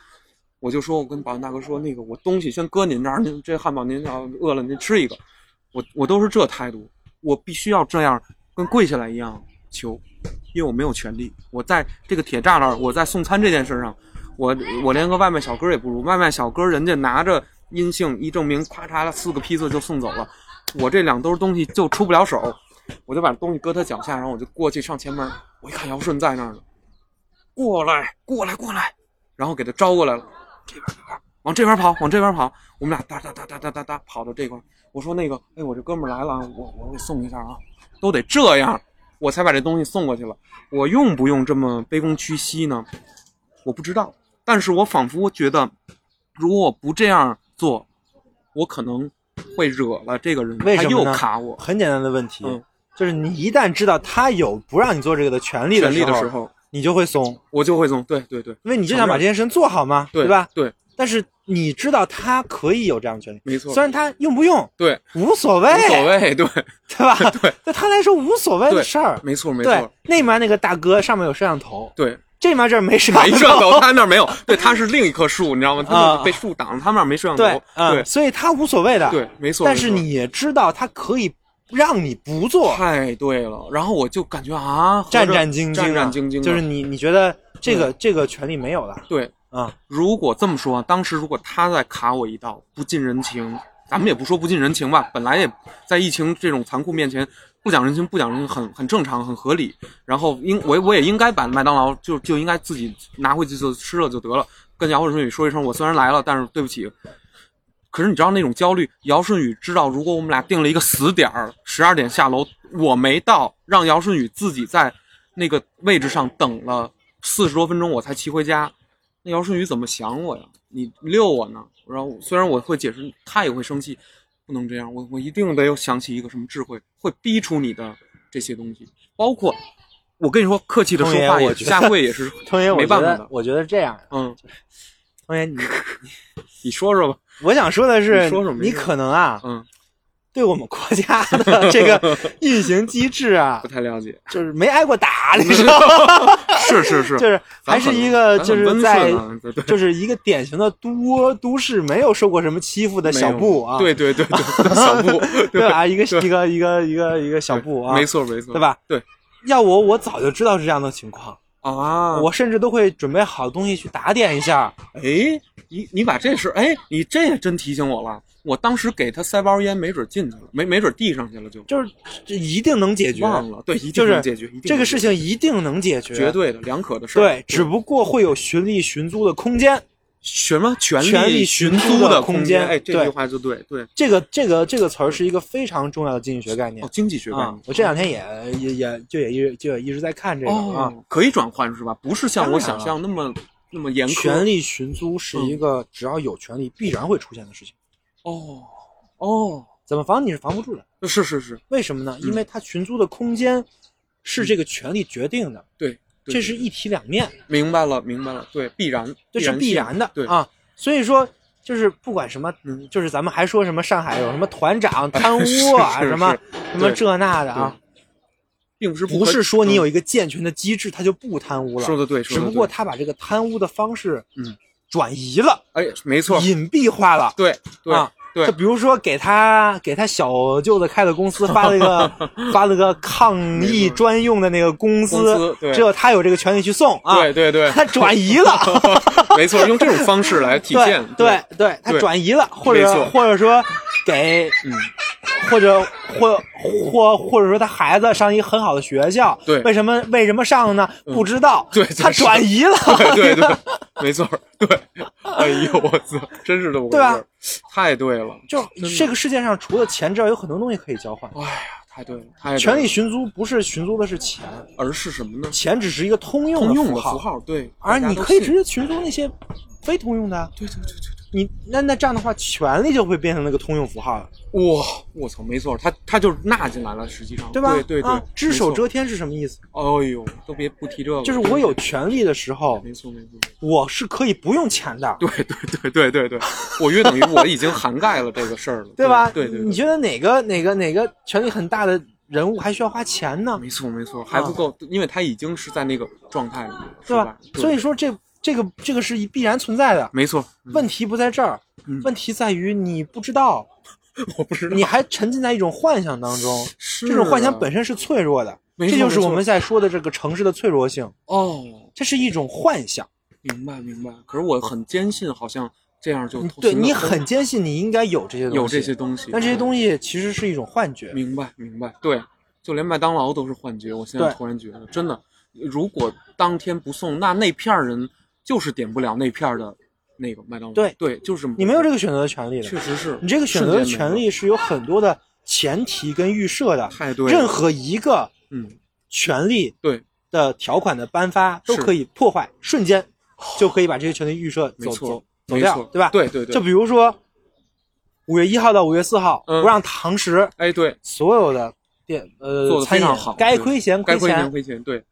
[SPEAKER 3] 我就说，我跟保安大哥说，那个我东西先搁您这儿，您这汉堡您要饿了您吃一个，我我都是这态度，我必须要这样，跟跪下来一样求，因为我没有权利，我在这个铁栅栏，我在送餐这件事上，我我连个外卖小哥也不如，外卖小哥人家拿着阴性一证明，咔嚓四个披萨就送走了，我这两兜东西就出不了手，我就把东西搁他脚下，然后我就过去上前门，我一看姚顺在那儿呢，过来过来过来，然后给他招过来了。往这边跑，往这边跑，我们俩哒哒哒哒哒哒哒跑到这块儿，我说那个，哎，我这哥们儿来了，啊，我我给送一下啊，都得这样，我才把这东西送过去了。我用不用这么卑躬屈膝呢？我不知道，但是我仿佛觉得，如果我不这样做，我可能会惹了这个人，
[SPEAKER 2] 为
[SPEAKER 3] 他
[SPEAKER 2] 什么
[SPEAKER 3] 又
[SPEAKER 2] 呢
[SPEAKER 3] 卡我。
[SPEAKER 2] 很简单的问题
[SPEAKER 3] 嗯，
[SPEAKER 2] 就是你一旦知道他有不让你做这个的权利
[SPEAKER 3] 权力的时
[SPEAKER 2] 时候，
[SPEAKER 3] 候，
[SPEAKER 2] 你就会松，
[SPEAKER 3] 我就会送，对对对
[SPEAKER 2] 因为你就想把这件事情做好嘛，
[SPEAKER 3] 对
[SPEAKER 2] 吧？
[SPEAKER 3] 对，
[SPEAKER 2] 但是你知道他可以有这样的权利，
[SPEAKER 3] 没错，
[SPEAKER 2] 虽然他用不用
[SPEAKER 3] 对
[SPEAKER 2] 无所谓，
[SPEAKER 3] 无所谓，对，
[SPEAKER 2] 对吧？
[SPEAKER 3] 对，
[SPEAKER 2] 对他来说无所谓的
[SPEAKER 3] 对
[SPEAKER 2] 事儿。
[SPEAKER 3] 没错没
[SPEAKER 2] 哎对
[SPEAKER 3] 错，，
[SPEAKER 2] 那面那个大哥上面有摄像头，
[SPEAKER 3] 对。
[SPEAKER 2] 这面这儿没摄像
[SPEAKER 3] 没摄 像头，他那儿没有，对，他是另一棵树，你知道吗？
[SPEAKER 2] 啊
[SPEAKER 3] 他被树挡，他那儿没摄像头
[SPEAKER 2] 对，，嗯，
[SPEAKER 3] 对
[SPEAKER 2] 所以他无所谓的。
[SPEAKER 3] 对，没错。
[SPEAKER 2] 但是
[SPEAKER 3] 没错
[SPEAKER 2] 你也知道他可以让你不做，
[SPEAKER 3] 太对了，然后我就感觉啊，合着
[SPEAKER 2] 战战兢兢啊，
[SPEAKER 3] 战战兢兢的，嗯
[SPEAKER 2] 就是你你觉得这个这个权利没有了
[SPEAKER 3] 对。
[SPEAKER 2] 啊？
[SPEAKER 3] 如果这么说，当时如果他再卡我一道，不近人情，咱们也不说不近人情吧，本来也在疫情这种残酷面前，不讲人情，不讲人情很很正常，很合理。然后应我我也应该把麦当劳就就应该自己拿回去就吃了就得了，跟姚顺宇说一声，我虽然来了，但是对不起。可是你知道那种焦虑，姚顺宇知道，如果我们俩定了一个死点儿，十二点下楼，我没到，让姚顺宇自己在那个位置上等了四十多分钟，我才骑回家。那姚顺宇怎么想我呀？你遛我呢？然后虽然我会解释，他也会生气，不能这样，我我一定得有想起一个什么智慧，会逼出你的这些东西，包括我跟你说，客气的说
[SPEAKER 2] 童
[SPEAKER 3] 话
[SPEAKER 2] 言
[SPEAKER 3] 也
[SPEAKER 2] 我
[SPEAKER 3] 是，
[SPEAKER 2] 觉得
[SPEAKER 3] 下跪也是，
[SPEAKER 2] 童言，我
[SPEAKER 3] 没
[SPEAKER 2] 觉
[SPEAKER 3] 办法
[SPEAKER 2] 得
[SPEAKER 3] 的。
[SPEAKER 2] 我觉得这样，
[SPEAKER 3] 嗯，
[SPEAKER 2] 童言， 你
[SPEAKER 3] 你说说吧，
[SPEAKER 2] 我想说的是，
[SPEAKER 3] 你说说没
[SPEAKER 2] 你
[SPEAKER 3] 事
[SPEAKER 2] 可能啊，
[SPEAKER 3] 嗯，
[SPEAKER 2] 对我们国家 的这个运行机制啊
[SPEAKER 3] 不，太了解，
[SPEAKER 2] 就是没挨过打， 你知道吗？
[SPEAKER 3] 是是是，
[SPEAKER 2] 就是还是一个就
[SPEAKER 3] 咱很
[SPEAKER 2] 是在
[SPEAKER 3] 咱很温顺啊对对
[SPEAKER 2] 就是一个典型的 都都市没有受过什么欺负的小布啊，
[SPEAKER 3] 对对对对， 小布，
[SPEAKER 2] 对吧？一个
[SPEAKER 3] 对
[SPEAKER 2] 一个一个一个一个小布啊，
[SPEAKER 3] 没错没错，
[SPEAKER 2] 对？吧？
[SPEAKER 3] 对，
[SPEAKER 2] 要我我早就知道是这样的情况，
[SPEAKER 3] 啊，
[SPEAKER 2] 我甚至都会准备好东西去打点一下。
[SPEAKER 3] 哎，你你把这事，哎，你这也真提醒我了，我当时给他塞包烟，没准进去了，没没准递上去了就
[SPEAKER 2] 就是这一定能解决，
[SPEAKER 3] 忘了，对，一
[SPEAKER 2] 就
[SPEAKER 3] 定
[SPEAKER 2] 是
[SPEAKER 3] 能解决，一定
[SPEAKER 2] 这个
[SPEAKER 3] 能
[SPEAKER 2] 事
[SPEAKER 3] 解
[SPEAKER 2] 情一定能解决，
[SPEAKER 3] 决绝对的良可的事儿，
[SPEAKER 2] 对，只不过会有循例寻租的空间。
[SPEAKER 3] 什么权
[SPEAKER 2] 权力
[SPEAKER 3] 力
[SPEAKER 2] 寻
[SPEAKER 3] 寻
[SPEAKER 2] 租
[SPEAKER 3] 租
[SPEAKER 2] 的
[SPEAKER 3] 的
[SPEAKER 2] 空
[SPEAKER 3] 空
[SPEAKER 2] 间
[SPEAKER 3] 哎，这
[SPEAKER 2] 对
[SPEAKER 3] 句话就对对，
[SPEAKER 2] 这个这个这个词儿是一个非常重要的经济学概念
[SPEAKER 3] 哦，经济学概
[SPEAKER 2] 啊
[SPEAKER 3] 念！。
[SPEAKER 2] 我这两天也也也就也一直就也一直在看这个啊。
[SPEAKER 3] 哦，可以转换是吧？不是像我想象那么那么严苛。嗯
[SPEAKER 2] 权力寻租是一个只要有权利必然会出现的事情，
[SPEAKER 3] 哦哦，
[SPEAKER 2] 怎么防你是防不住的。
[SPEAKER 3] 是是是，
[SPEAKER 2] 为什么呢？
[SPEAKER 3] 嗯
[SPEAKER 2] 因为它寻租的空间是这个权利决定的。
[SPEAKER 3] 对，嗯对
[SPEAKER 2] 这是一体两面，
[SPEAKER 3] 明白了，明白了，对，必然，
[SPEAKER 2] 这是必然的
[SPEAKER 3] 性对，
[SPEAKER 2] 啊。所以说，就是不管什么，
[SPEAKER 3] 嗯
[SPEAKER 2] 就是咱们还说什么上海有什么团 长贪污
[SPEAKER 3] 是
[SPEAKER 2] 啊，
[SPEAKER 3] 是
[SPEAKER 2] 什么什么
[SPEAKER 3] 对
[SPEAKER 2] 这那的啊，
[SPEAKER 3] 并不是
[SPEAKER 2] 不
[SPEAKER 3] 可
[SPEAKER 2] 是说你有
[SPEAKER 3] 嗯
[SPEAKER 2] 一个健全的机制，他就不贪污
[SPEAKER 3] 说
[SPEAKER 2] 了，
[SPEAKER 3] 的对，说
[SPEAKER 2] 只
[SPEAKER 3] 得
[SPEAKER 2] 不过
[SPEAKER 3] 对
[SPEAKER 2] 他把这个贪污的方式
[SPEAKER 3] 嗯
[SPEAKER 2] 转移了，
[SPEAKER 3] 哎，没错，
[SPEAKER 2] 隐蔽化了。
[SPEAKER 3] 对对、
[SPEAKER 2] 啊
[SPEAKER 3] 对
[SPEAKER 2] 就，比如说给他给他小舅子开的公司发了一 个发了个抗
[SPEAKER 3] 没
[SPEAKER 2] 疫
[SPEAKER 3] 错
[SPEAKER 2] 专用的那个工
[SPEAKER 3] 工
[SPEAKER 2] 资
[SPEAKER 3] 资，对
[SPEAKER 2] 只有他有这个权利去送啊，
[SPEAKER 3] 对 对对，
[SPEAKER 2] 他转移 了。
[SPEAKER 3] 没错，用这种方式来体现，
[SPEAKER 2] 对对对，他
[SPEAKER 3] 对
[SPEAKER 2] 转移了，或
[SPEAKER 3] 没错
[SPEAKER 2] 者或者说给，
[SPEAKER 3] 嗯，
[SPEAKER 2] 或者或或或者说他孩子上一个很好的学校，
[SPEAKER 3] 对嗯
[SPEAKER 2] 为什么为什么上呢？不知道，
[SPEAKER 3] 对
[SPEAKER 2] 他
[SPEAKER 3] 就是
[SPEAKER 2] 转移了，
[SPEAKER 3] 对对对，没错，对，哎呦我操，真是这么回
[SPEAKER 2] 对
[SPEAKER 3] 事
[SPEAKER 2] 啊
[SPEAKER 3] 儿，太对了，
[SPEAKER 2] 就这个世界上除了钱之外，有很多东西可以交换。
[SPEAKER 3] 哎呀，太对了，太对了
[SPEAKER 2] 权力，寻租不是寻租的是钱，
[SPEAKER 3] 而是什么呢？
[SPEAKER 2] 钱只是一个通用
[SPEAKER 3] 通用
[SPEAKER 2] 符
[SPEAKER 3] 的
[SPEAKER 2] 号，
[SPEAKER 3] 符号，对，
[SPEAKER 2] 而
[SPEAKER 3] 大家
[SPEAKER 2] 你
[SPEAKER 3] 都
[SPEAKER 2] 可以
[SPEAKER 3] 信
[SPEAKER 2] 直接寻租那些非通用的啊。
[SPEAKER 3] 对对对对
[SPEAKER 2] 你那那这样的话，权力就会变成那个通用符号了，
[SPEAKER 3] 对，哇，我操，没错，他他就是纳进来了，实际上，
[SPEAKER 2] 对吧？
[SPEAKER 3] 对对对
[SPEAKER 2] 啊，，只手
[SPEAKER 3] 没错，
[SPEAKER 2] 遮天是什么意思？
[SPEAKER 3] 哎呦，都别不提这个，
[SPEAKER 2] 就是我有权利的时候，
[SPEAKER 3] 没错没错，
[SPEAKER 2] 我是可以不用钱的，
[SPEAKER 3] 对对对对对对，我约等于我已经涵盖了这个事儿了，
[SPEAKER 2] 对吧？
[SPEAKER 3] 对对，
[SPEAKER 2] 你
[SPEAKER 3] 对
[SPEAKER 2] 觉得哪个哪个哪个权力很大的人物还需要花钱呢？
[SPEAKER 3] 没错没错，还不够，因为他已经是在那个状态里面，是
[SPEAKER 2] 啊对
[SPEAKER 3] 吧
[SPEAKER 2] 吧？？所以说这这个这个是一必然存在的。
[SPEAKER 3] 没错，嗯
[SPEAKER 2] 问题不在这儿
[SPEAKER 3] 嗯，
[SPEAKER 2] 问题在于你不知道，
[SPEAKER 3] 我不知道
[SPEAKER 2] 你还沉浸在一种幻想当中，
[SPEAKER 3] 是
[SPEAKER 2] 这种幻想
[SPEAKER 3] 啊
[SPEAKER 2] 本身是脆弱的，
[SPEAKER 3] 没错
[SPEAKER 2] 这就是我
[SPEAKER 3] 没
[SPEAKER 2] 们在说的这个城市的脆弱性，
[SPEAKER 3] 哦，
[SPEAKER 2] 这是一种幻想。
[SPEAKER 3] 明白明白。可是我很坚信，好像这样就
[SPEAKER 2] 嗯对
[SPEAKER 3] 行了
[SPEAKER 2] 你很坚信你应该有这些东西，
[SPEAKER 3] 有这些，东西，嗯
[SPEAKER 2] 但这些东
[SPEAKER 3] 西
[SPEAKER 2] 西其实是一种幻觉。
[SPEAKER 3] 明白明白，对，就连麦当劳都是幻觉。我现在
[SPEAKER 2] 对
[SPEAKER 3] 突然觉得，真的，如果当天不送，那那片儿人就是点不了那片儿的那个麦当劳。
[SPEAKER 2] 对
[SPEAKER 3] 对，就是这么
[SPEAKER 2] 你没有这
[SPEAKER 3] 个，
[SPEAKER 2] 个选择的权利的，
[SPEAKER 3] 确实是
[SPEAKER 2] 你这个选择的
[SPEAKER 3] 瞬间没
[SPEAKER 2] 权
[SPEAKER 3] 了
[SPEAKER 2] 利是有很多的前提跟预设的，
[SPEAKER 3] 太对了，
[SPEAKER 2] 任何一个
[SPEAKER 3] 嗯
[SPEAKER 2] 权利
[SPEAKER 3] 对，
[SPEAKER 2] 的条款的颁发都
[SPEAKER 3] 是
[SPEAKER 2] 可以破坏，瞬间就可以把这些权利预设
[SPEAKER 3] 没
[SPEAKER 2] 走
[SPEAKER 3] 错
[SPEAKER 2] 走
[SPEAKER 3] 没
[SPEAKER 2] 走
[SPEAKER 3] 错
[SPEAKER 2] 掉，对吧？
[SPEAKER 3] 对对对
[SPEAKER 2] 就比如说五月一号到五月四号，
[SPEAKER 3] 嗯
[SPEAKER 2] 不让堂食，
[SPEAKER 3] 哎对，
[SPEAKER 2] 所有的店呃
[SPEAKER 3] 做的非
[SPEAKER 2] 餐饮
[SPEAKER 3] 常好，
[SPEAKER 2] 该
[SPEAKER 3] 对
[SPEAKER 2] 亏钱
[SPEAKER 3] 该亏钱
[SPEAKER 2] 钱，
[SPEAKER 3] 亏钱，对，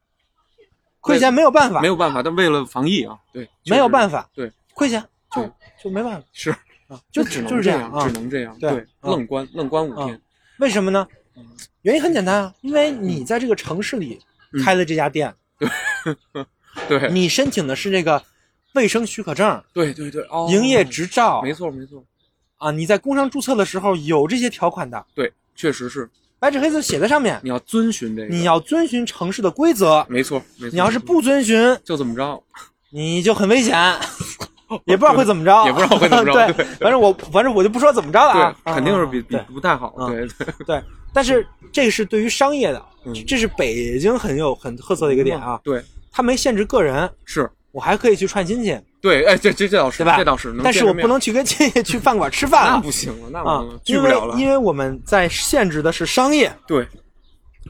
[SPEAKER 2] 亏钱没有办法，
[SPEAKER 3] 没有办法，但为了防疫啊，对，
[SPEAKER 2] 没有办
[SPEAKER 3] 法，
[SPEAKER 2] 法，
[SPEAKER 3] 对，
[SPEAKER 2] 亏钱
[SPEAKER 3] 对
[SPEAKER 2] 就就没办法
[SPEAKER 3] 是。
[SPEAKER 2] 啊，就
[SPEAKER 3] 只能
[SPEAKER 2] 就是
[SPEAKER 3] 这
[SPEAKER 2] 样啊
[SPEAKER 3] 只。能这样，
[SPEAKER 2] 对
[SPEAKER 3] 对，
[SPEAKER 2] 啊
[SPEAKER 3] 愣关愣关五
[SPEAKER 2] 啊
[SPEAKER 3] 天，
[SPEAKER 2] 为什么呢？原因很简单啊，因为你在这个城市里
[SPEAKER 3] 嗯
[SPEAKER 2] 开了这家店，
[SPEAKER 3] 对
[SPEAKER 2] 你申请的是这个卫生许可证、
[SPEAKER 3] 对对对，哦，
[SPEAKER 2] 营业执照，
[SPEAKER 3] 没错没错，
[SPEAKER 2] 啊，你在工商注册的时候有这些条款的，
[SPEAKER 3] 对，确实是
[SPEAKER 2] 白纸黑字写在上面，
[SPEAKER 3] 你要遵循这个，
[SPEAKER 2] 你要遵循城市的规则，
[SPEAKER 3] 没错没错，
[SPEAKER 2] 你要是
[SPEAKER 3] 没错
[SPEAKER 2] 不遵循，
[SPEAKER 3] 就怎么着，
[SPEAKER 2] 你就很危 险，也不知道会怎么着，
[SPEAKER 3] 也不知道会怎么着对
[SPEAKER 2] 对，反正我反正我就不说怎么着了啊，
[SPEAKER 3] 对，肯定是
[SPEAKER 2] 啊
[SPEAKER 3] 比比
[SPEAKER 2] 对
[SPEAKER 3] 不太好，
[SPEAKER 2] 啊
[SPEAKER 3] 对对，
[SPEAKER 2] 对，但是这是对于商业的
[SPEAKER 3] 嗯，
[SPEAKER 2] 这是北京很有很特色的一个点啊，
[SPEAKER 3] 对
[SPEAKER 2] 它没限制个人，
[SPEAKER 3] 是。
[SPEAKER 2] 我还可以去串亲戚，
[SPEAKER 3] 对，哎，这这这倒是，
[SPEAKER 2] 对吧
[SPEAKER 3] 这倒是，能
[SPEAKER 2] 但是
[SPEAKER 3] 见着
[SPEAKER 2] 我不
[SPEAKER 3] 面，
[SPEAKER 2] 能去跟亲戚去饭馆吃饭 啊
[SPEAKER 3] 那不行了，那
[SPEAKER 2] 啊
[SPEAKER 3] 完了，，去
[SPEAKER 2] 因
[SPEAKER 3] 不
[SPEAKER 2] 为
[SPEAKER 3] 了了。
[SPEAKER 2] 因为我们在限制的是商业，
[SPEAKER 3] 对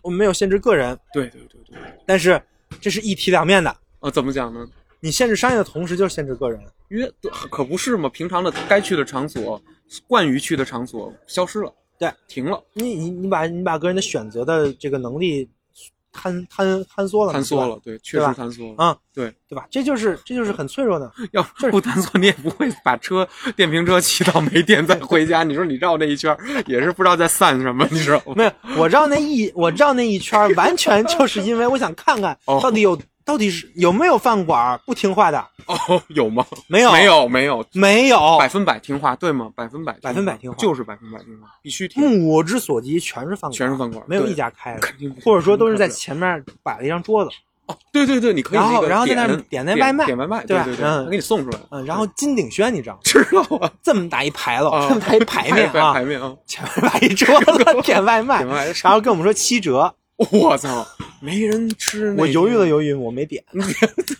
[SPEAKER 2] 我们没有限制个人。
[SPEAKER 3] 对对对对，
[SPEAKER 2] 但是这是一体两面的，
[SPEAKER 3] 呃，怎么讲呢？
[SPEAKER 2] 你限制商业的同时，就是限制个人。
[SPEAKER 3] 约可不是嘛，平常的该去的场所，惯于去的场所消失了，
[SPEAKER 2] 对，
[SPEAKER 3] 停了，
[SPEAKER 2] 你你你把你把个人的选择的这个能力摊摊摊缩了嘛，
[SPEAKER 3] 坍缩
[SPEAKER 2] 对吧
[SPEAKER 3] 了，对，确
[SPEAKER 2] 对
[SPEAKER 3] 实
[SPEAKER 2] 吧
[SPEAKER 3] 坍缩了。
[SPEAKER 2] 啊，
[SPEAKER 3] 对，
[SPEAKER 2] 对吧？这就是这就是很脆弱的，
[SPEAKER 3] 要是不弹错，你也不会把车电瓶车骑到没电再回家。你说你绕那一圈儿，也是不知道在散什么，你知道吗？
[SPEAKER 2] 没有，我绕那一我绕那一圈儿，完全就是因为我想看看
[SPEAKER 3] 哦
[SPEAKER 2] 到底有、到底是有没有饭馆儿不听话的，
[SPEAKER 3] 哦，有吗？
[SPEAKER 2] 没有
[SPEAKER 3] 没有，没有，
[SPEAKER 2] 没有
[SPEAKER 3] 百，分百听话，对吗？百分百，
[SPEAKER 2] 百分百听话
[SPEAKER 3] 就是百分百听话，必须听，
[SPEAKER 2] 目我之所及全是饭馆儿，
[SPEAKER 3] 全是饭馆儿，
[SPEAKER 2] 没有
[SPEAKER 3] 对
[SPEAKER 2] 一家开的
[SPEAKER 3] 肯定不，
[SPEAKER 2] 或者说都是在
[SPEAKER 3] 肯定
[SPEAKER 2] 前面摆了一张桌子，
[SPEAKER 3] 哦，对对对，你可以
[SPEAKER 2] 然后
[SPEAKER 3] 那个
[SPEAKER 2] 然后在那儿点
[SPEAKER 3] 点
[SPEAKER 2] 那外卖
[SPEAKER 3] 点外卖，
[SPEAKER 2] 对吧
[SPEAKER 3] 对对，
[SPEAKER 2] 嗯
[SPEAKER 3] 他给你送出来，
[SPEAKER 2] 嗯，然后金鼎轩你知道吗？
[SPEAKER 3] 知道啊，
[SPEAKER 2] 这么大一牌楼，
[SPEAKER 3] 啊
[SPEAKER 2] 这么大一 排 面
[SPEAKER 3] 排
[SPEAKER 2] 啊，
[SPEAKER 3] 排面啊，
[SPEAKER 2] 前面摆一桌 子点外卖，
[SPEAKER 3] 点外卖
[SPEAKER 2] 然后跟我们说七折。
[SPEAKER 3] 我操，没人吃那个，
[SPEAKER 2] 我犹豫了犹豫，我没 点，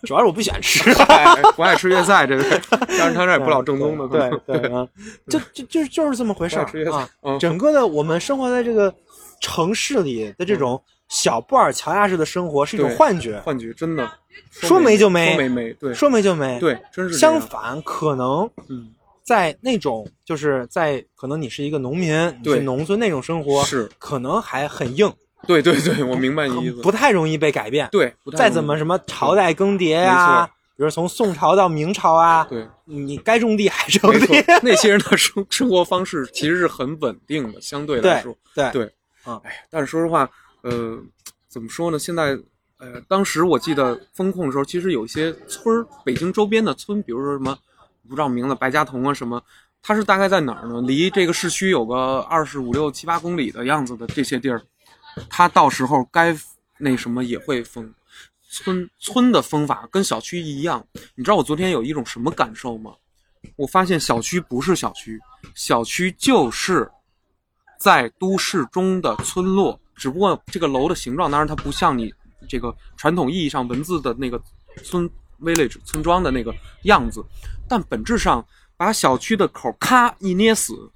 [SPEAKER 2] 主要是我不喜欢吃。 嗯
[SPEAKER 3] 哎，不爱吃粤菜，这是，但是他这也不老正宗的，可
[SPEAKER 2] 对
[SPEAKER 3] 能
[SPEAKER 2] 对对啊，就就就就是这么 回事
[SPEAKER 3] 不爱吃粤
[SPEAKER 2] 儿
[SPEAKER 3] 菜
[SPEAKER 2] 啊。
[SPEAKER 3] 嗯
[SPEAKER 2] 整个的我们生活在这个城市里的这种小布尔乔亚式的生活是一种
[SPEAKER 3] 对
[SPEAKER 2] 幻觉，
[SPEAKER 3] 幻觉真的，
[SPEAKER 2] 说没就没
[SPEAKER 3] 没，说没没，对
[SPEAKER 2] 说没就没。，
[SPEAKER 3] 对，真是这样
[SPEAKER 2] 相，反，可能
[SPEAKER 3] 嗯，
[SPEAKER 2] 在那种就是在可能你是一个农民，你
[SPEAKER 3] 对
[SPEAKER 2] 是农村那种生活，
[SPEAKER 3] 是
[SPEAKER 2] 可能还很硬，
[SPEAKER 3] 对对对，我明白你意思。
[SPEAKER 2] 不太容易被改变。
[SPEAKER 3] 对，不太
[SPEAKER 2] 再
[SPEAKER 3] 容易
[SPEAKER 2] 怎么什么朝代更迭呀、
[SPEAKER 3] 没错
[SPEAKER 2] 比如从宋朝到明朝啊，
[SPEAKER 3] 对，
[SPEAKER 2] 你该种地还种
[SPEAKER 3] 没错
[SPEAKER 2] 地，，
[SPEAKER 3] 那些人的生生活方式其实是很稳定的，相对来
[SPEAKER 2] 对
[SPEAKER 3] 说。
[SPEAKER 2] 对
[SPEAKER 3] 对哎但是说实话，呃，怎么说呢？现在，呃，当时我记得封控的时候，其实有一些村儿，北京周边的村，比如说什么，不知道名字，白家屯啊什么，它是大概在哪儿呢？离这个市区有个二十五六七八公里的样子的这些地儿，它到时候该那什么也会封。村村的封法跟小区一样，你知道我昨天有一种什么感受吗？我发现小区不是小区，小区就是在都市中的村落，只不过这个楼的形状，当然它不像你这个传统意义上文字的那个村 village 村庄的那个样子，但本质上把小区的口咔一捏死，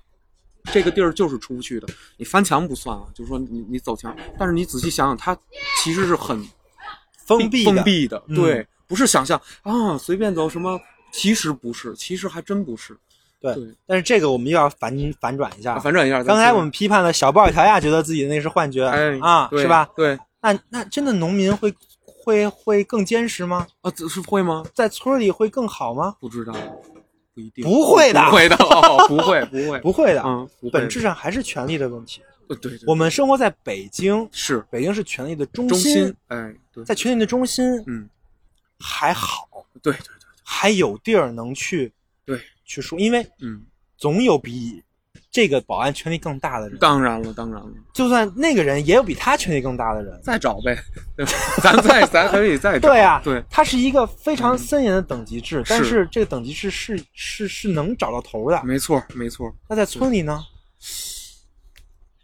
[SPEAKER 3] 这个地儿就是出不去的。你翻墙不算啊，就是说你你走墙，但是你仔细想想，它其实是很
[SPEAKER 2] 封闭的
[SPEAKER 3] 封闭的，
[SPEAKER 2] 嗯
[SPEAKER 3] 对，不是想象啊随便走什么，其实不是，其实还真不是。
[SPEAKER 2] 对
[SPEAKER 3] 对
[SPEAKER 2] 但是这个我们又要反反转一下
[SPEAKER 3] 啊
[SPEAKER 2] 了。
[SPEAKER 3] 反转一下，咱
[SPEAKER 2] 刚才
[SPEAKER 3] 接着
[SPEAKER 2] 我们批判了小鲍尔乔亚，觉得自己的那是幻觉、
[SPEAKER 3] 哎
[SPEAKER 2] 啊，
[SPEAKER 3] 对
[SPEAKER 2] 是吧？
[SPEAKER 3] 对
[SPEAKER 2] 那那真的农民会会会更坚实吗？
[SPEAKER 3] 啊，这是会吗？
[SPEAKER 2] 在村里会更好吗？
[SPEAKER 3] 不知道，不一定，
[SPEAKER 2] 不会的
[SPEAKER 3] 不会的，哦不会，不 会，
[SPEAKER 2] 不会的，
[SPEAKER 3] 嗯，不会
[SPEAKER 2] 本质上还是权力的问题。
[SPEAKER 3] 呃对，对
[SPEAKER 2] 我们生活在北京，
[SPEAKER 3] 是
[SPEAKER 2] 北京是权力的中
[SPEAKER 3] 中
[SPEAKER 2] 心，
[SPEAKER 3] 心，哎，对，
[SPEAKER 2] 在权力的中心
[SPEAKER 3] 嗯，
[SPEAKER 2] 还好，
[SPEAKER 3] 对对
[SPEAKER 2] 还有地儿能去
[SPEAKER 3] 对对，
[SPEAKER 2] 去说，因为
[SPEAKER 3] 嗯，
[SPEAKER 2] 总有比这个保安权力更大的人，
[SPEAKER 3] 当然了，当然了，
[SPEAKER 2] 就算那个人也有比他权力更大的人。
[SPEAKER 3] 再找呗，对吧 咱再咱可以再找，
[SPEAKER 2] 对啊，
[SPEAKER 3] 对，嗯
[SPEAKER 2] 它是一个非常森严的等级制，但
[SPEAKER 3] 是嗯
[SPEAKER 2] 是这个等级制是是是能找到头的。
[SPEAKER 3] 没错没错，
[SPEAKER 2] 那在村里呢？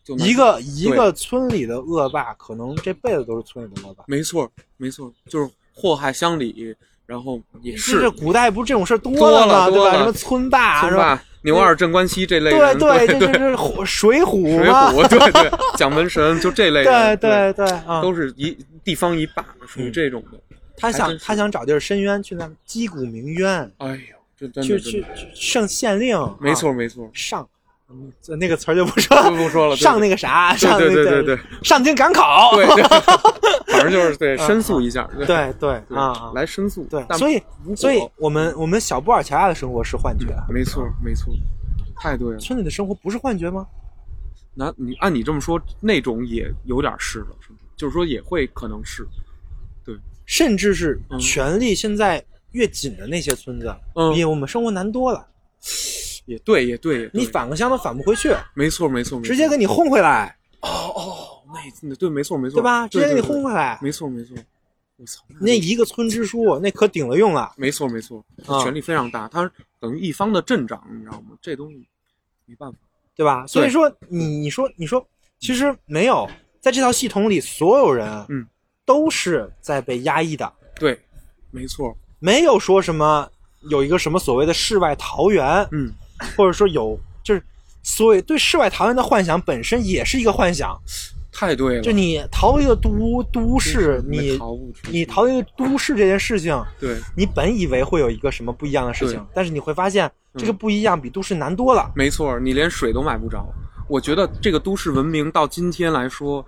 [SPEAKER 3] 就那
[SPEAKER 2] 一个一个村里的恶霸，可能这辈子都是村里的恶霸。
[SPEAKER 3] 没错没错，就是祸害乡里，然后也
[SPEAKER 2] 这
[SPEAKER 3] 是
[SPEAKER 2] 这古代不是这种事儿多
[SPEAKER 3] 多了
[SPEAKER 2] 吗？对
[SPEAKER 3] 多
[SPEAKER 2] 吧？
[SPEAKER 3] 了
[SPEAKER 2] 什么村霸
[SPEAKER 3] 村
[SPEAKER 2] 是吧？
[SPEAKER 3] 霸、牛二、镇关西这类
[SPEAKER 2] 对
[SPEAKER 3] 人，对
[SPEAKER 2] 这这是 火水浒
[SPEAKER 3] 水
[SPEAKER 2] 嘛？
[SPEAKER 3] 浒，对对，蒋门神就 这类
[SPEAKER 2] 对
[SPEAKER 3] 人，
[SPEAKER 2] 对对啊！
[SPEAKER 3] 都是一地方一霸，属于
[SPEAKER 2] 嗯
[SPEAKER 3] 这种的。
[SPEAKER 2] 他
[SPEAKER 3] 还
[SPEAKER 2] 想
[SPEAKER 3] 真是
[SPEAKER 2] 他想找地儿伸冤，去那击鼓鸣冤，
[SPEAKER 3] 哎呦，这真
[SPEAKER 2] 去
[SPEAKER 3] 的
[SPEAKER 2] 去
[SPEAKER 3] 真的
[SPEAKER 2] 去上县令，啊
[SPEAKER 3] 没错没错，
[SPEAKER 2] 上，嗯这那个词儿就不说了
[SPEAKER 3] 不不说了，对
[SPEAKER 2] 上那个啥，上那
[SPEAKER 3] 对
[SPEAKER 2] 个
[SPEAKER 3] 对对 对对
[SPEAKER 2] 上京赶考，
[SPEAKER 3] 对，对， 反正就是对申诉一下，对
[SPEAKER 2] 嗯对对
[SPEAKER 3] 对
[SPEAKER 2] 啊，啊
[SPEAKER 3] 来申诉，
[SPEAKER 2] 对，
[SPEAKER 3] 但
[SPEAKER 2] 所以
[SPEAKER 3] 如果
[SPEAKER 2] 所以我们我们小布尔乔亚的生活是幻觉，啊
[SPEAKER 3] 没错没错，太对了。
[SPEAKER 2] 村里的生活不是幻觉吗？
[SPEAKER 3] 那你按你这么说，那种也有点是了，是吗就是说也会可能是，
[SPEAKER 2] 甚至是
[SPEAKER 3] 嗯
[SPEAKER 2] 权力现在越紧的那些村子，
[SPEAKER 3] 嗯
[SPEAKER 2] 比我们生活难多了。
[SPEAKER 3] 也对也对也对，
[SPEAKER 2] 你返个乡都返不回去，
[SPEAKER 3] 没错没错，没错
[SPEAKER 2] 直接给你轰回来，
[SPEAKER 3] 哦哦，那对没错没错，
[SPEAKER 2] 对吧？直接给你
[SPEAKER 3] 对
[SPEAKER 2] 轰回，来
[SPEAKER 3] 对，没错没错，我操，
[SPEAKER 2] 那一个村支书那可顶了用了。
[SPEAKER 3] 没错没错，
[SPEAKER 2] 啊
[SPEAKER 3] 权力非常大，他等于一方的镇长，你知道吗？这东西没办法，
[SPEAKER 2] 对吧？所以说，你你说你说，其实没有在这套系统里，所有人啊
[SPEAKER 3] 嗯
[SPEAKER 2] 都是在被压抑的，
[SPEAKER 3] 对，没错，
[SPEAKER 2] 没有说什么有一个什么所谓的世外桃源，
[SPEAKER 3] 嗯，
[SPEAKER 2] 或者说有就是所谓对世外桃源的幻想本身也是一个幻想，
[SPEAKER 3] 太对了，
[SPEAKER 2] 就你逃离了都都市，
[SPEAKER 3] 没
[SPEAKER 2] 你
[SPEAKER 3] 逃不出去，
[SPEAKER 2] 你逃离了都市这件事情，
[SPEAKER 3] 对，
[SPEAKER 2] 你本以为会有一个什么不一样的事情
[SPEAKER 3] 对，嗯
[SPEAKER 2] 但是你会发现这个不一样比都市难多了。
[SPEAKER 3] 没错，你连水都买不着。我觉得这个都市文明到今天来说，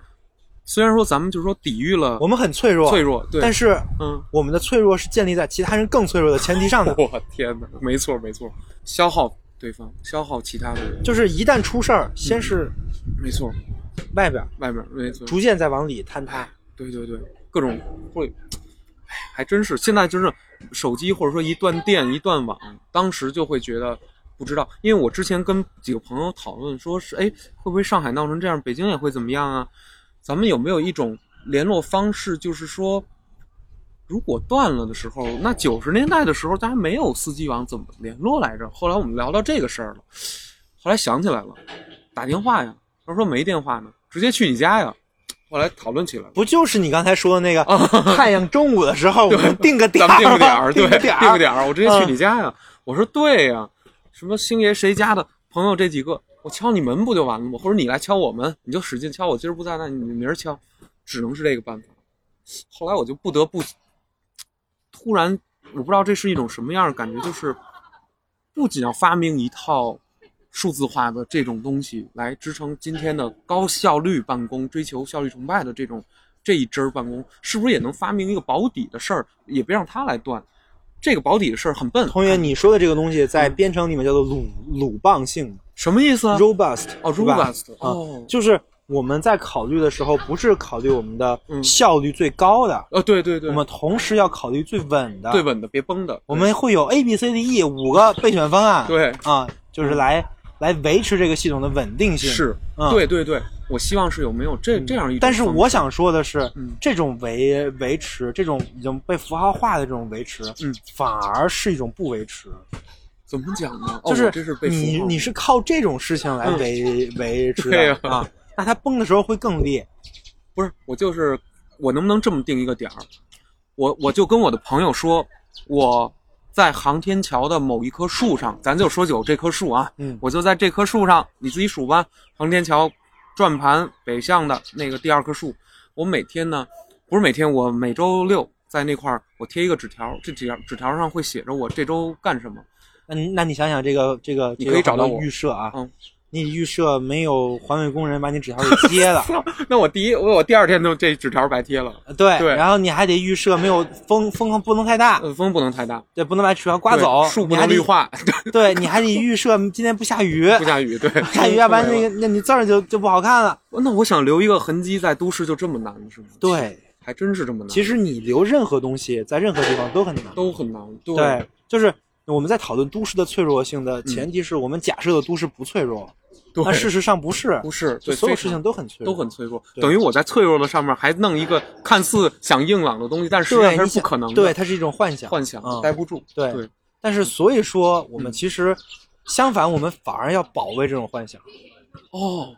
[SPEAKER 3] 虽然说咱们就是说抵御了
[SPEAKER 2] 我们很脆弱，
[SPEAKER 3] 脆弱，对，
[SPEAKER 2] 但是
[SPEAKER 3] 嗯，
[SPEAKER 2] 我们的脆弱是建立在其他人更脆弱的前提上的，
[SPEAKER 3] 我天哪，没错没错，消耗对方，消耗其他的人，
[SPEAKER 2] 就是一旦出事儿，先是
[SPEAKER 3] 没错，
[SPEAKER 2] 外边儿，
[SPEAKER 3] 外面没错，
[SPEAKER 2] 逐渐再往里坍塌。
[SPEAKER 3] 对对对，各种会，哎，还真是现在就是手机或者说一断电一断网，当时就会觉得不知道，因为我之前跟几个朋友讨论说是，哎，会不会上海闹成这样，北京也会怎么样啊？咱们有没有一种联络方式，就是说，如果断了的时候，那九十年代的时候大家没有四 G 网怎么联络来着？后来我们聊到这个事儿了，后来想起来了，打电话呀，他说没电话呢，直接去你家呀。后来讨论起来了。
[SPEAKER 2] 不就是你刚才说的那个太阳中午的时 候，我们定个点
[SPEAKER 3] 哦咱
[SPEAKER 2] 儿
[SPEAKER 3] 们
[SPEAKER 2] 吗，
[SPEAKER 3] 定
[SPEAKER 2] 定个
[SPEAKER 3] 个点儿，对，
[SPEAKER 2] 点
[SPEAKER 3] 定个
[SPEAKER 2] 儿，嗯
[SPEAKER 3] 点儿，我直接去你家呀。我说对呀，什么星爷谁家的朋友这几个，我敲你门不就完了吗？或者你来敲我门，你就使劲敲，我今儿不在，那你明儿敲，只能是这个办法。后来我就不得不，突然我不知道这是一种什么样的感觉，就是不仅要发明一套数字化的这种东西来支撑今天的高效率办公、追求效率崇拜的这种这一支儿办公，是不是也能发明一个保底的事儿？也别让他来断。这个保底的事儿很笨，
[SPEAKER 2] 同学，你说的这个东西在编程里面叫做鲁鲁棒性
[SPEAKER 3] 什么意思啊？
[SPEAKER 2] （robust）
[SPEAKER 3] 哦
[SPEAKER 2] 是吧
[SPEAKER 3] ，robust
[SPEAKER 2] 啊，
[SPEAKER 3] 哦
[SPEAKER 2] 就是我们在考虑的时候，不是考虑我们的
[SPEAKER 3] 嗯
[SPEAKER 2] 效率最高的，
[SPEAKER 3] 呃，对对对，
[SPEAKER 2] 我们同时要考虑最稳的。
[SPEAKER 3] 对，稳的别崩的，
[SPEAKER 2] 我们会有 A、B、C、D、E 五个备选方案。
[SPEAKER 3] 对
[SPEAKER 2] 啊，就是来来维持这个系统的稳定性。
[SPEAKER 3] 是，
[SPEAKER 2] 嗯
[SPEAKER 3] 对对对，我希望是有没有这这样一种方式，
[SPEAKER 2] 但是我想说的是，
[SPEAKER 3] 嗯
[SPEAKER 2] 这种维维持，这种已经被符号化的这种维持，
[SPEAKER 3] 嗯，
[SPEAKER 2] 反而是一种不维持，
[SPEAKER 3] 怎么讲呢？哦
[SPEAKER 2] 就
[SPEAKER 3] 我这是被
[SPEAKER 2] 你
[SPEAKER 3] 符号嗯
[SPEAKER 2] 你是靠这种事情来维、维持
[SPEAKER 3] 对
[SPEAKER 2] 的
[SPEAKER 3] 呀
[SPEAKER 2] 啊。那它崩的时候会更烈，
[SPEAKER 3] 不是，我就是我能不能这么定一个点儿？我我就跟我的朋友说，我在航天桥的某一棵树上，咱就说有这棵树啊，
[SPEAKER 2] 嗯
[SPEAKER 3] 我就在这棵树上，你自己数吧。航天桥转盘北向的那个第二棵树，我每天呢，不是每天，我每周六在那块儿我贴一个纸条，这纸条纸条上会写着我这周干什么。
[SPEAKER 2] 那你那你想想这个这个，
[SPEAKER 3] 你
[SPEAKER 2] 这
[SPEAKER 3] 可以
[SPEAKER 2] 个
[SPEAKER 3] 找到
[SPEAKER 2] 好多
[SPEAKER 3] 我
[SPEAKER 2] 预设啊，
[SPEAKER 3] 嗯
[SPEAKER 2] 你预设没有环卫工人把你纸条给揭 了，
[SPEAKER 3] 那我第一，我我第二天就这纸条白贴了，
[SPEAKER 2] 对，
[SPEAKER 3] 对
[SPEAKER 2] 然后你还得预设没有风风不能太大，
[SPEAKER 3] 呃，风不能太大，
[SPEAKER 2] 对，不能把纸条刮走，
[SPEAKER 3] 对树不
[SPEAKER 2] 你还
[SPEAKER 3] 能
[SPEAKER 2] 得
[SPEAKER 3] 绿，化，
[SPEAKER 2] 对，你还得预设今天不下雨，
[SPEAKER 3] 不 下雨，对，
[SPEAKER 2] 下雨要不然那
[SPEAKER 3] 个。
[SPEAKER 2] 个那你字儿就就不好看了。
[SPEAKER 3] 哦那我想留一个痕迹在都市就这么难是吗？，
[SPEAKER 2] 对，
[SPEAKER 3] 还真是这么难，
[SPEAKER 2] 其
[SPEAKER 3] 实
[SPEAKER 2] 实你留任何东西在任何地方都很难。
[SPEAKER 3] 都很难。对嗯
[SPEAKER 2] 对，就是我们在讨论都市的脆弱性的前提是我们假设的都市不脆弱，
[SPEAKER 3] 对
[SPEAKER 2] 但事实上不啊是，
[SPEAKER 3] 不是，
[SPEAKER 2] 就
[SPEAKER 3] 对
[SPEAKER 2] 所有
[SPEAKER 3] 非
[SPEAKER 2] 事
[SPEAKER 3] 常
[SPEAKER 2] 情都很脆弱，
[SPEAKER 3] 都很脆弱，
[SPEAKER 2] 对
[SPEAKER 3] 等于我在脆弱的上面还弄一个看似想硬朗的东西，但实际上
[SPEAKER 2] 对，
[SPEAKER 3] 它
[SPEAKER 2] 你
[SPEAKER 3] 是不
[SPEAKER 2] 想
[SPEAKER 3] 可能的。
[SPEAKER 2] 对，它是一种幻想，
[SPEAKER 3] 幻想
[SPEAKER 2] 嗯
[SPEAKER 3] 待不住。
[SPEAKER 2] 对
[SPEAKER 3] 对，
[SPEAKER 2] 但是所以说，我们
[SPEAKER 3] 嗯
[SPEAKER 2] 其实相反，我们反而要保卫这种幻想。
[SPEAKER 3] 哦，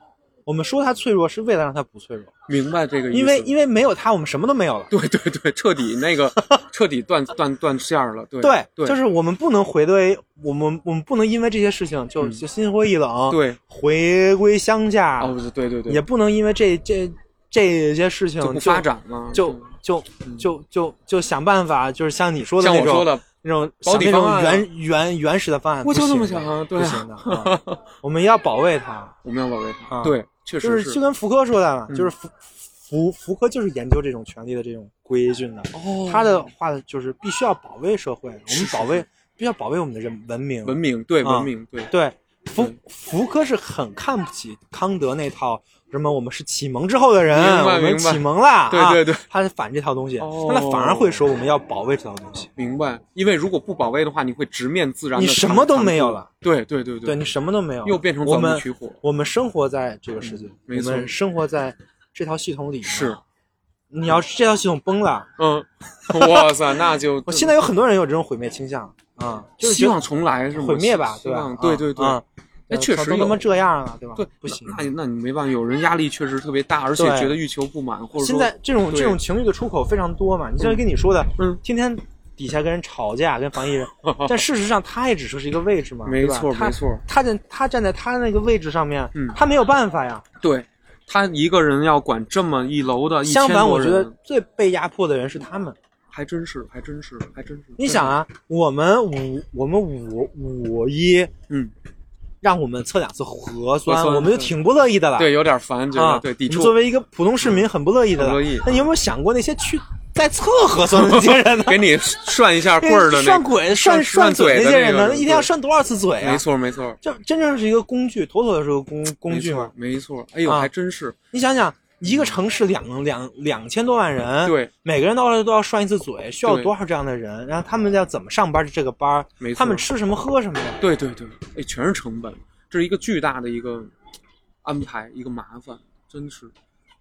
[SPEAKER 2] 我们说它脆弱，是为了让它不脆弱，
[SPEAKER 3] 明白这个意思。
[SPEAKER 2] 因为因
[SPEAKER 3] 为
[SPEAKER 2] 为没有它，我们什么都没有了。
[SPEAKER 3] 对对对，彻底那 个彻底断断断线儿了。对
[SPEAKER 2] 对，
[SPEAKER 3] 对，
[SPEAKER 2] 就是我们不能回归，我们我们不能因为这些事情就
[SPEAKER 3] 嗯
[SPEAKER 2] 就心灰意冷，，
[SPEAKER 3] 对
[SPEAKER 2] 回归乡下，
[SPEAKER 3] 哦，对对对，
[SPEAKER 2] 也不能因为这这这些事情
[SPEAKER 3] 就不发，展了，
[SPEAKER 2] 就就
[SPEAKER 3] 嗯
[SPEAKER 2] 就就就想办法，就是像你说的
[SPEAKER 3] 像
[SPEAKER 2] 那
[SPEAKER 3] 我说
[SPEAKER 2] 种
[SPEAKER 3] 的，
[SPEAKER 2] 那种
[SPEAKER 3] 保
[SPEAKER 2] 想
[SPEAKER 3] 底
[SPEAKER 2] 那
[SPEAKER 3] 方
[SPEAKER 2] 种
[SPEAKER 3] 案啊
[SPEAKER 2] 原原原始的方案，
[SPEAKER 3] 我就
[SPEAKER 2] 不
[SPEAKER 3] 这么
[SPEAKER 2] 行的
[SPEAKER 3] 想啊对
[SPEAKER 2] 不
[SPEAKER 3] 啊
[SPEAKER 2] 行的，啊我们要保卫 它，
[SPEAKER 3] 我们要保卫它。
[SPEAKER 2] 啊
[SPEAKER 3] 对，确
[SPEAKER 2] 就
[SPEAKER 3] 实
[SPEAKER 2] 是就跟福柯说的嘛，
[SPEAKER 3] 嗯
[SPEAKER 2] 就是福福福柯就是研究这种权利的这种规训的，
[SPEAKER 3] 哦，
[SPEAKER 2] 他的话就是必须要保卫社会，我
[SPEAKER 3] 是
[SPEAKER 2] 们
[SPEAKER 3] 是
[SPEAKER 2] 保卫必须要保卫我们的人文明。
[SPEAKER 3] 文明，对
[SPEAKER 2] 啊
[SPEAKER 3] 文明，对
[SPEAKER 2] 对，福
[SPEAKER 3] 对
[SPEAKER 2] 福柯是很看不起康德那套什么我们是启蒙之后的人
[SPEAKER 3] 明白，
[SPEAKER 2] 我们
[SPEAKER 3] 明白
[SPEAKER 2] 启蒙啦，
[SPEAKER 3] 对
[SPEAKER 2] 啊
[SPEAKER 3] 对对
[SPEAKER 2] 他是反这套东西，
[SPEAKER 3] 哦
[SPEAKER 2] 那他反而会说我们要保卫这套东西，
[SPEAKER 3] 明白，因为如果不保卫的话，你会直面自然的
[SPEAKER 2] 你
[SPEAKER 3] 残酷，
[SPEAKER 2] 什么都没有了，
[SPEAKER 3] 对对对
[SPEAKER 2] 对你什么都没有，
[SPEAKER 3] 又变成
[SPEAKER 2] 我
[SPEAKER 3] 钻木
[SPEAKER 2] 们
[SPEAKER 3] 取火。
[SPEAKER 2] 我们生活在这个世界，
[SPEAKER 3] 嗯没错
[SPEAKER 2] 我们生活在这套系统里，啊
[SPEAKER 3] 是，
[SPEAKER 2] 你要是这套系统崩了，
[SPEAKER 3] 嗯，哇塞，那就
[SPEAKER 2] 我现在有很多人有这种毁灭倾向啊，就是
[SPEAKER 3] 希
[SPEAKER 2] 觉得
[SPEAKER 3] 望重来是吗？
[SPEAKER 2] 毁灭吧，
[SPEAKER 3] 希
[SPEAKER 2] 对吧
[SPEAKER 3] 望？对
[SPEAKER 2] 啊
[SPEAKER 3] 对对，
[SPEAKER 2] 啊
[SPEAKER 3] 哎确实
[SPEAKER 2] 都他
[SPEAKER 3] 有
[SPEAKER 2] 妈这样了，对吧？
[SPEAKER 3] 对，
[SPEAKER 2] 不行。啊
[SPEAKER 3] 那那你没办法，有人压力确实特别大，而且
[SPEAKER 2] 对
[SPEAKER 3] 觉得欲求不满，或者说
[SPEAKER 2] 现在这种
[SPEAKER 3] 对
[SPEAKER 2] 这种情侣的出口非常多嘛，你像跟你说的，
[SPEAKER 3] 嗯，
[SPEAKER 2] 天天底下跟人吵架，跟防疫 人，但事实上他也只是一个位置嘛，
[SPEAKER 3] 没
[SPEAKER 2] 对吧
[SPEAKER 3] 错
[SPEAKER 2] 他
[SPEAKER 3] 没错
[SPEAKER 2] 他站他站在他那个位置上面，
[SPEAKER 3] 嗯
[SPEAKER 2] 他没有办法呀。
[SPEAKER 3] 对他一个人要管这么一楼的，
[SPEAKER 2] 相
[SPEAKER 3] 1000
[SPEAKER 2] 反，
[SPEAKER 3] 多
[SPEAKER 2] 我觉得
[SPEAKER 3] 人
[SPEAKER 2] 最被压迫的人是他们。
[SPEAKER 3] 还真是，还真是，还真是。
[SPEAKER 2] 你想啊，我们五我们五五一
[SPEAKER 3] 嗯，
[SPEAKER 2] 让我们测两次核
[SPEAKER 3] 核
[SPEAKER 2] 酸，
[SPEAKER 3] 酸嗯
[SPEAKER 2] 我们就挺不乐意的了。
[SPEAKER 3] 对，有点烦，觉
[SPEAKER 2] 啊，
[SPEAKER 3] 得对抵
[SPEAKER 2] 我
[SPEAKER 3] 触嗯
[SPEAKER 2] 们。作为一个普通市民，很不乐意的了。
[SPEAKER 3] 很不乐意？
[SPEAKER 2] 那你有没有想过那些去在测核酸的那些人呢
[SPEAKER 3] 给你涮一下棍儿的那
[SPEAKER 2] 涮
[SPEAKER 3] 个
[SPEAKER 2] 鬼、涮
[SPEAKER 3] 涮涮
[SPEAKER 2] 嘴
[SPEAKER 3] 嘴的
[SPEAKER 2] 些
[SPEAKER 3] 那
[SPEAKER 2] 人
[SPEAKER 3] 个
[SPEAKER 2] 呢？
[SPEAKER 3] 人
[SPEAKER 2] 一天要
[SPEAKER 3] 对
[SPEAKER 2] 涮多少次嘴啊
[SPEAKER 3] 没？错没错，
[SPEAKER 2] 这真正是一个工具，妥妥的是个工工具
[SPEAKER 3] 没错
[SPEAKER 2] 嘛。
[SPEAKER 3] 没错，哎呦，
[SPEAKER 2] 啊
[SPEAKER 3] 还真是
[SPEAKER 2] 你想想，一个城市两两两千多万人，，
[SPEAKER 3] 对，
[SPEAKER 2] 每个人都要都要涮一次嘴，需要
[SPEAKER 3] 对
[SPEAKER 2] 多少这样的人？然后他们要怎么上班？这个班儿
[SPEAKER 3] 没，错
[SPEAKER 2] 他们吃什么喝什么呀？
[SPEAKER 3] 对对对，哎，全是成本，这是一个巨大的一个安排，一个麻烦，真是。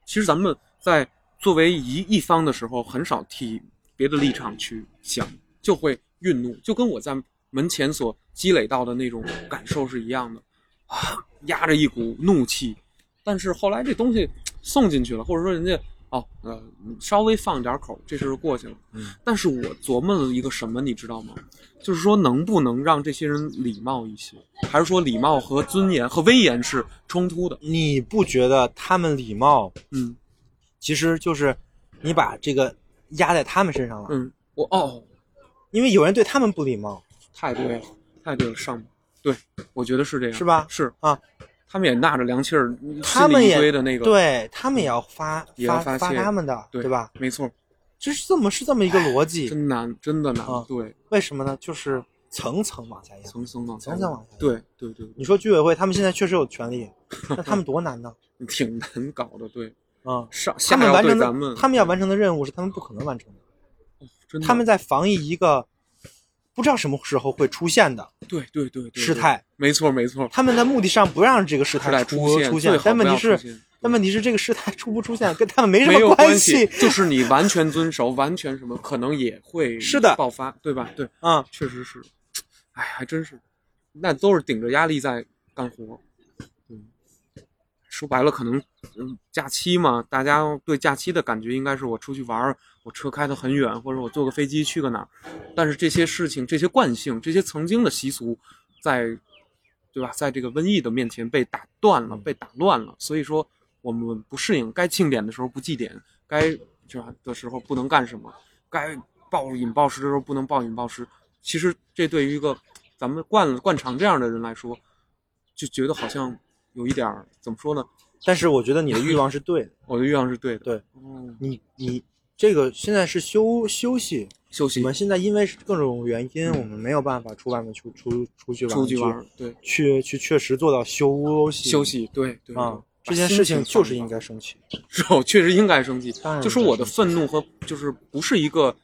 [SPEAKER 3] 其实咱们在作为一一方的时候，很少替别的立场去想，就会愠怒，就跟我在门前所积累到的那种感受是一样的，啊，压着一股怒气。但是后来这东西送进去了，或者说人家哦，呃，稍微放点口，这事儿过去了。
[SPEAKER 2] 嗯。
[SPEAKER 3] 但是我琢磨了一个什么，你知道吗？就是说能不能让这些人礼貌一些，还是说礼貌和尊严和威严是冲突的？
[SPEAKER 2] 你不觉得他们礼貌
[SPEAKER 3] 嗯
[SPEAKER 2] 其实就是你把这个压在他们身上了？
[SPEAKER 3] 嗯嗯，我哦，
[SPEAKER 2] 因为有人对他们不礼貌，
[SPEAKER 3] 太对了，太对了，上我觉得是这样，
[SPEAKER 2] 是吧
[SPEAKER 3] 是
[SPEAKER 2] 啊，
[SPEAKER 3] 他们也纳着凉气儿，
[SPEAKER 2] 他们
[SPEAKER 3] 心里一
[SPEAKER 2] 也
[SPEAKER 3] 堆的那个，，
[SPEAKER 2] 对他们也要发
[SPEAKER 3] 也要
[SPEAKER 2] 发
[SPEAKER 3] 发泄
[SPEAKER 2] 他们的，
[SPEAKER 3] 对
[SPEAKER 2] 吧？
[SPEAKER 3] 没错，
[SPEAKER 2] 这是这么是这么一个逻辑，
[SPEAKER 3] 真难，真的难
[SPEAKER 2] 啊，
[SPEAKER 3] 对，
[SPEAKER 2] 为什么呢？就是层层往下压。
[SPEAKER 3] 层层往下
[SPEAKER 2] 层层往下
[SPEAKER 3] 对对对，
[SPEAKER 2] 你说居委会他们现在确实有权利，那他们多难 呢？
[SPEAKER 3] 对挺难搞的，对，
[SPEAKER 2] 啊、嗯，
[SPEAKER 3] 上
[SPEAKER 2] 他
[SPEAKER 3] 下
[SPEAKER 2] 们
[SPEAKER 3] 要
[SPEAKER 2] 完
[SPEAKER 3] 对
[SPEAKER 2] 成
[SPEAKER 3] 咱
[SPEAKER 2] 的
[SPEAKER 3] 们，嗯
[SPEAKER 2] 他们要完成的任务是他们不可能完成的，
[SPEAKER 3] 真的
[SPEAKER 2] 他们在防疫一个不知道什么时候会出现的
[SPEAKER 3] 对对对对
[SPEAKER 2] 事，态，
[SPEAKER 3] 对没错没错，
[SPEAKER 2] 他们在目的上不让这个事
[SPEAKER 3] 事
[SPEAKER 2] 态
[SPEAKER 3] 态
[SPEAKER 2] 出
[SPEAKER 3] 现
[SPEAKER 2] 出
[SPEAKER 3] 最好
[SPEAKER 2] 但问
[SPEAKER 3] 不
[SPEAKER 2] 题
[SPEAKER 3] 要出
[SPEAKER 2] 是，
[SPEAKER 3] 现
[SPEAKER 2] 但问题是这个事态出不出现跟他们没什
[SPEAKER 3] 没有
[SPEAKER 2] 么
[SPEAKER 3] 关
[SPEAKER 2] 系
[SPEAKER 3] 就是你完全遵守，完全什么可能也会
[SPEAKER 2] 是的
[SPEAKER 3] 爆发，对吧？对，
[SPEAKER 2] 啊、
[SPEAKER 3] 确实是，哎，还真是，那都是顶着压力在干活。嗯，说白了，可能嗯，假期嘛，大家对假期的感觉应该是我出去玩儿，我车开得很远，或者我坐个飞机去个哪儿。但是这些事情、这些惯性、这些曾经的习俗，在对吧，在这个瘟疫的面前被打断了，被打乱了。所以说，我们不适应，该庆典的时候不祭奠，该是吧的时候不能干什么，该暴饮暴食的时候不能暴饮暴食。其实这对于一个咱们惯了惯常这样的人来说，就觉得好像有一点儿怎么说呢？
[SPEAKER 2] 但是我觉得你的欲望是对的，
[SPEAKER 3] 我的愿望是对的。
[SPEAKER 2] 对，
[SPEAKER 3] 哦，
[SPEAKER 2] 你你这个现在是休休息，
[SPEAKER 3] 休息
[SPEAKER 2] 我们现在因为各种原因，我们没有办法出外面出出出去玩，
[SPEAKER 3] 出去玩儿，对，
[SPEAKER 2] 去去确实做到休息
[SPEAKER 3] 休息，嗯对对
[SPEAKER 2] 啊这
[SPEAKER 3] 对，
[SPEAKER 2] 件事情就是应该生气。
[SPEAKER 3] 是我确实应该生气
[SPEAKER 2] 当然，
[SPEAKER 3] 就说我的愤怒和就是不是一个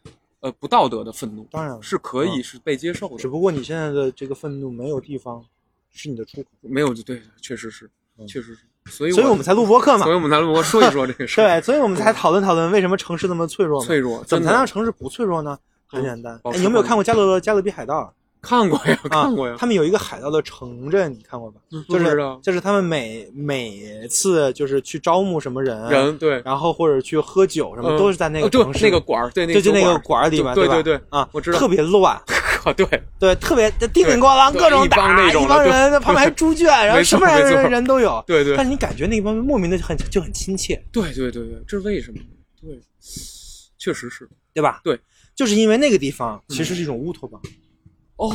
[SPEAKER 3] 呃不道德的愤怒，
[SPEAKER 2] 当然了
[SPEAKER 3] 是可以
[SPEAKER 2] 嗯
[SPEAKER 3] 是被接受的，
[SPEAKER 2] 只不过你现在的这个愤怒没有地方是你的出口，
[SPEAKER 3] 没有就对，确实是，
[SPEAKER 2] 嗯
[SPEAKER 3] 确实是，所以
[SPEAKER 2] 所以我们才录播客嘛
[SPEAKER 3] 所以。我们 才我说一说这个事儿，
[SPEAKER 2] 对，所以我们才讨论讨论为什么城市那么脆弱嘛。
[SPEAKER 3] 脆弱，
[SPEAKER 2] 怎
[SPEAKER 3] 真
[SPEAKER 2] 么
[SPEAKER 3] 的嗯
[SPEAKER 2] 才让城市不脆弱呢？很简单，
[SPEAKER 3] 保
[SPEAKER 2] 哎
[SPEAKER 3] 持
[SPEAKER 2] 你有没有
[SPEAKER 3] 光
[SPEAKER 2] 看过《加勒加勒比海盗》啊？
[SPEAKER 3] 看过呀，看过呀，
[SPEAKER 2] 他们有一个海盗的城镇，你看过吧？
[SPEAKER 3] 嗯
[SPEAKER 2] 就
[SPEAKER 3] 不知
[SPEAKER 2] 是
[SPEAKER 3] 道
[SPEAKER 2] 就是他们每每次就是去招募什么人，
[SPEAKER 3] 人对，
[SPEAKER 2] 然后或者去喝酒什么，
[SPEAKER 3] 嗯
[SPEAKER 2] 都是在那个
[SPEAKER 3] 哦对
[SPEAKER 2] 城市
[SPEAKER 3] 那个馆儿，对那
[SPEAKER 2] 对，
[SPEAKER 3] 个
[SPEAKER 2] 就
[SPEAKER 3] 酒
[SPEAKER 2] 那
[SPEAKER 3] 馆
[SPEAKER 2] 个
[SPEAKER 3] 儿
[SPEAKER 2] 馆儿里面，
[SPEAKER 3] 对
[SPEAKER 2] 吧？
[SPEAKER 3] 对对
[SPEAKER 2] 啊，
[SPEAKER 3] 我知道
[SPEAKER 2] 特别乱，
[SPEAKER 3] 啊， 对，
[SPEAKER 2] 对，特别叮叮咣啷，
[SPEAKER 3] 对
[SPEAKER 2] 各种
[SPEAKER 3] 一帮
[SPEAKER 2] 打，
[SPEAKER 3] 那种
[SPEAKER 2] 一
[SPEAKER 3] 的
[SPEAKER 2] 帮
[SPEAKER 3] 对
[SPEAKER 2] 人，旁边还猪圈，然后
[SPEAKER 3] 没
[SPEAKER 2] 什
[SPEAKER 3] 错
[SPEAKER 2] 么
[SPEAKER 3] 没错
[SPEAKER 2] 人人都有。
[SPEAKER 3] 对对
[SPEAKER 2] 但是你感觉那帮莫名的很就很亲切，
[SPEAKER 3] 对对对对，这是为什么呢？对，确实是
[SPEAKER 2] 对吧？
[SPEAKER 3] 对，嗯
[SPEAKER 2] 就是因为那个地方其实是一种乌托邦，
[SPEAKER 3] 哦，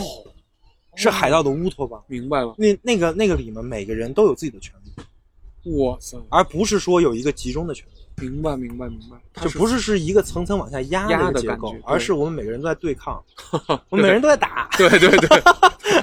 [SPEAKER 2] 是海盗的乌托邦。
[SPEAKER 3] 明白了，
[SPEAKER 2] 那那个那个里面每个人都有自己的权利，
[SPEAKER 3] 哇塞，
[SPEAKER 2] 而不是说有一个集中的权利，
[SPEAKER 3] 明白明白明白，它
[SPEAKER 2] 就不是是一个层层往下压
[SPEAKER 3] 压
[SPEAKER 2] 一个
[SPEAKER 3] 的
[SPEAKER 2] 结
[SPEAKER 3] 感
[SPEAKER 2] 构
[SPEAKER 3] 觉，
[SPEAKER 2] 而
[SPEAKER 3] 对
[SPEAKER 2] 是我们每个人都在对抗，我们每个人都在打。
[SPEAKER 3] 对对 对，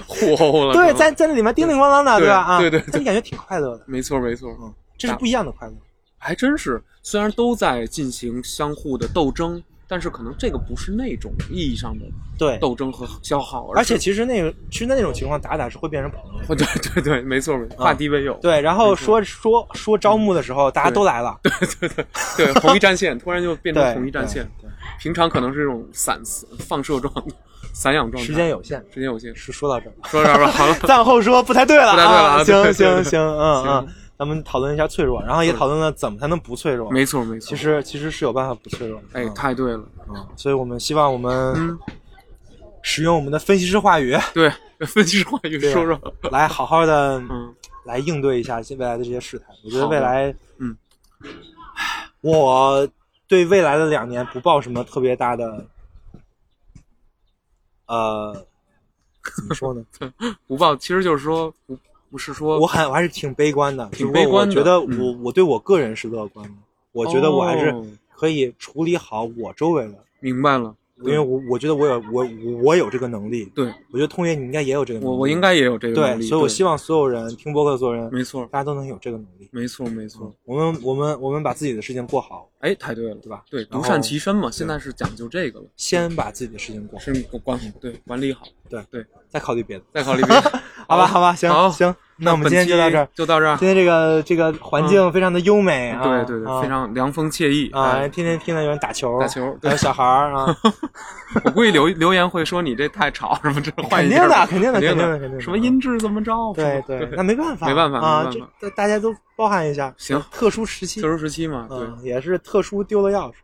[SPEAKER 3] 互殴了，
[SPEAKER 2] 对，
[SPEAKER 3] 可能
[SPEAKER 2] 在在那里面叮叮咣啷的，
[SPEAKER 3] 对
[SPEAKER 2] 吧？啊，
[SPEAKER 3] 对对
[SPEAKER 2] 但你感觉挺快乐的，
[SPEAKER 3] 没错没错，
[SPEAKER 2] 嗯，这是不一样的快乐。
[SPEAKER 3] 还真是，虽然都在进行相互的斗争，但是可能这个不是那种意义上的
[SPEAKER 2] 对，
[SPEAKER 3] 斗争和消耗，
[SPEAKER 2] 而
[SPEAKER 3] 是
[SPEAKER 2] 且其实那个，其实在那种情况打打是会变成朋友的。
[SPEAKER 3] 哦 对对对，没错
[SPEAKER 2] 啊
[SPEAKER 3] 没错，化敌为友，
[SPEAKER 2] 对，然后
[SPEAKER 3] 没错嗯
[SPEAKER 2] 说说说招募的时候，大家都来了，对
[SPEAKER 3] 对，统一战线突然就变成
[SPEAKER 2] 对，
[SPEAKER 3] 统一战线，
[SPEAKER 2] 对，
[SPEAKER 3] 平常可能是这种散放射状、散养状态，
[SPEAKER 2] 时间有限，
[SPEAKER 3] 时间有限，
[SPEAKER 2] 是说到这儿 吧，
[SPEAKER 3] 说 这儿吧，好了，
[SPEAKER 2] 暂后说不太对了，
[SPEAKER 3] 不太对了
[SPEAKER 2] 啊
[SPEAKER 3] 啊对
[SPEAKER 2] 行
[SPEAKER 3] 对
[SPEAKER 2] 行
[SPEAKER 3] 对
[SPEAKER 2] 行，嗯
[SPEAKER 3] 行
[SPEAKER 2] 嗯，咱们讨论一下脆弱，然后也讨论了怎么才能不脆弱。
[SPEAKER 3] 没错没错，
[SPEAKER 2] 其实其实是有办法不脆弱的，
[SPEAKER 3] 哎，
[SPEAKER 2] 嗯
[SPEAKER 3] 太对了，
[SPEAKER 2] 嗯所以我们希望我们
[SPEAKER 3] 嗯，
[SPEAKER 2] 使用我们的分析师话 语，
[SPEAKER 3] 对，分析话语
[SPEAKER 2] 对啊
[SPEAKER 3] 说说，
[SPEAKER 2] 来好好的
[SPEAKER 3] 嗯，
[SPEAKER 2] 来应对一下未来的这些事态。我觉得
[SPEAKER 3] 好的
[SPEAKER 2] 未来，
[SPEAKER 3] 嗯，
[SPEAKER 2] 我对未来的两年不抱什么特别大的，呃，怎么说呢？
[SPEAKER 3] 不报其实就是说不不是说
[SPEAKER 2] 我很我还是挺悲观的，
[SPEAKER 3] 挺
[SPEAKER 2] 只不过
[SPEAKER 3] 悲观的
[SPEAKER 2] 我觉得
[SPEAKER 3] 嗯
[SPEAKER 2] 我我对我个人是乐观的，我觉得我还是
[SPEAKER 3] 哦
[SPEAKER 2] 可以处理好我周围的，
[SPEAKER 3] 明白了，
[SPEAKER 2] 因为我我觉得我有我我我有这个能力。
[SPEAKER 3] 对
[SPEAKER 2] 我觉得通爷你应该也有这个能力，
[SPEAKER 3] 我我应该也有这个
[SPEAKER 2] 对，
[SPEAKER 3] 能力，
[SPEAKER 2] 所以我
[SPEAKER 3] 对
[SPEAKER 2] 希望所有人听播客的所有人，
[SPEAKER 3] 没错
[SPEAKER 2] 大家都能有这个能力。
[SPEAKER 3] 没错没错。
[SPEAKER 2] 我们我们我们把自己的事情过好，
[SPEAKER 3] 哎，太对了，
[SPEAKER 2] 对吧
[SPEAKER 3] 对，
[SPEAKER 2] 然
[SPEAKER 3] 独
[SPEAKER 2] 后
[SPEAKER 3] 善其身嘛，现在是讲究这个了，
[SPEAKER 2] 先把自己的事情过好，
[SPEAKER 3] 是管管对管理好，
[SPEAKER 2] 再考虑别的。
[SPEAKER 3] 再考虑别的。
[SPEAKER 2] 好吧，好吧，行
[SPEAKER 3] 好
[SPEAKER 2] 行，那我们
[SPEAKER 3] 本
[SPEAKER 2] 今天就到这儿
[SPEAKER 3] 期。就到这儿。
[SPEAKER 2] 今天这个这个环境非常的优美啊，
[SPEAKER 3] 对对对，
[SPEAKER 2] 啊
[SPEAKER 3] 非常凉风惬意
[SPEAKER 2] 啊，
[SPEAKER 3] 哎
[SPEAKER 2] 天天听到有人打球，
[SPEAKER 3] 打球
[SPEAKER 2] 还
[SPEAKER 3] 对
[SPEAKER 2] 有小孩儿啊，
[SPEAKER 3] 我估计留留言会说你这太吵什么这，换一
[SPEAKER 2] 肯
[SPEAKER 3] 地
[SPEAKER 2] 定
[SPEAKER 3] 儿
[SPEAKER 2] 的
[SPEAKER 3] 吧，
[SPEAKER 2] 肯定的，肯定的，
[SPEAKER 3] 的，
[SPEAKER 2] 肯定的。
[SPEAKER 3] 什么音质怎么着？
[SPEAKER 2] 对
[SPEAKER 3] 是吧
[SPEAKER 2] 对，那没办法，
[SPEAKER 3] 没办法
[SPEAKER 2] 啊，
[SPEAKER 3] 没
[SPEAKER 2] 这
[SPEAKER 3] 办法
[SPEAKER 2] 大大家都包涵一下，
[SPEAKER 3] 行，
[SPEAKER 2] 特殊时期
[SPEAKER 3] 特，殊时期嘛，对，
[SPEAKER 2] 嗯，也是特殊丢了钥匙。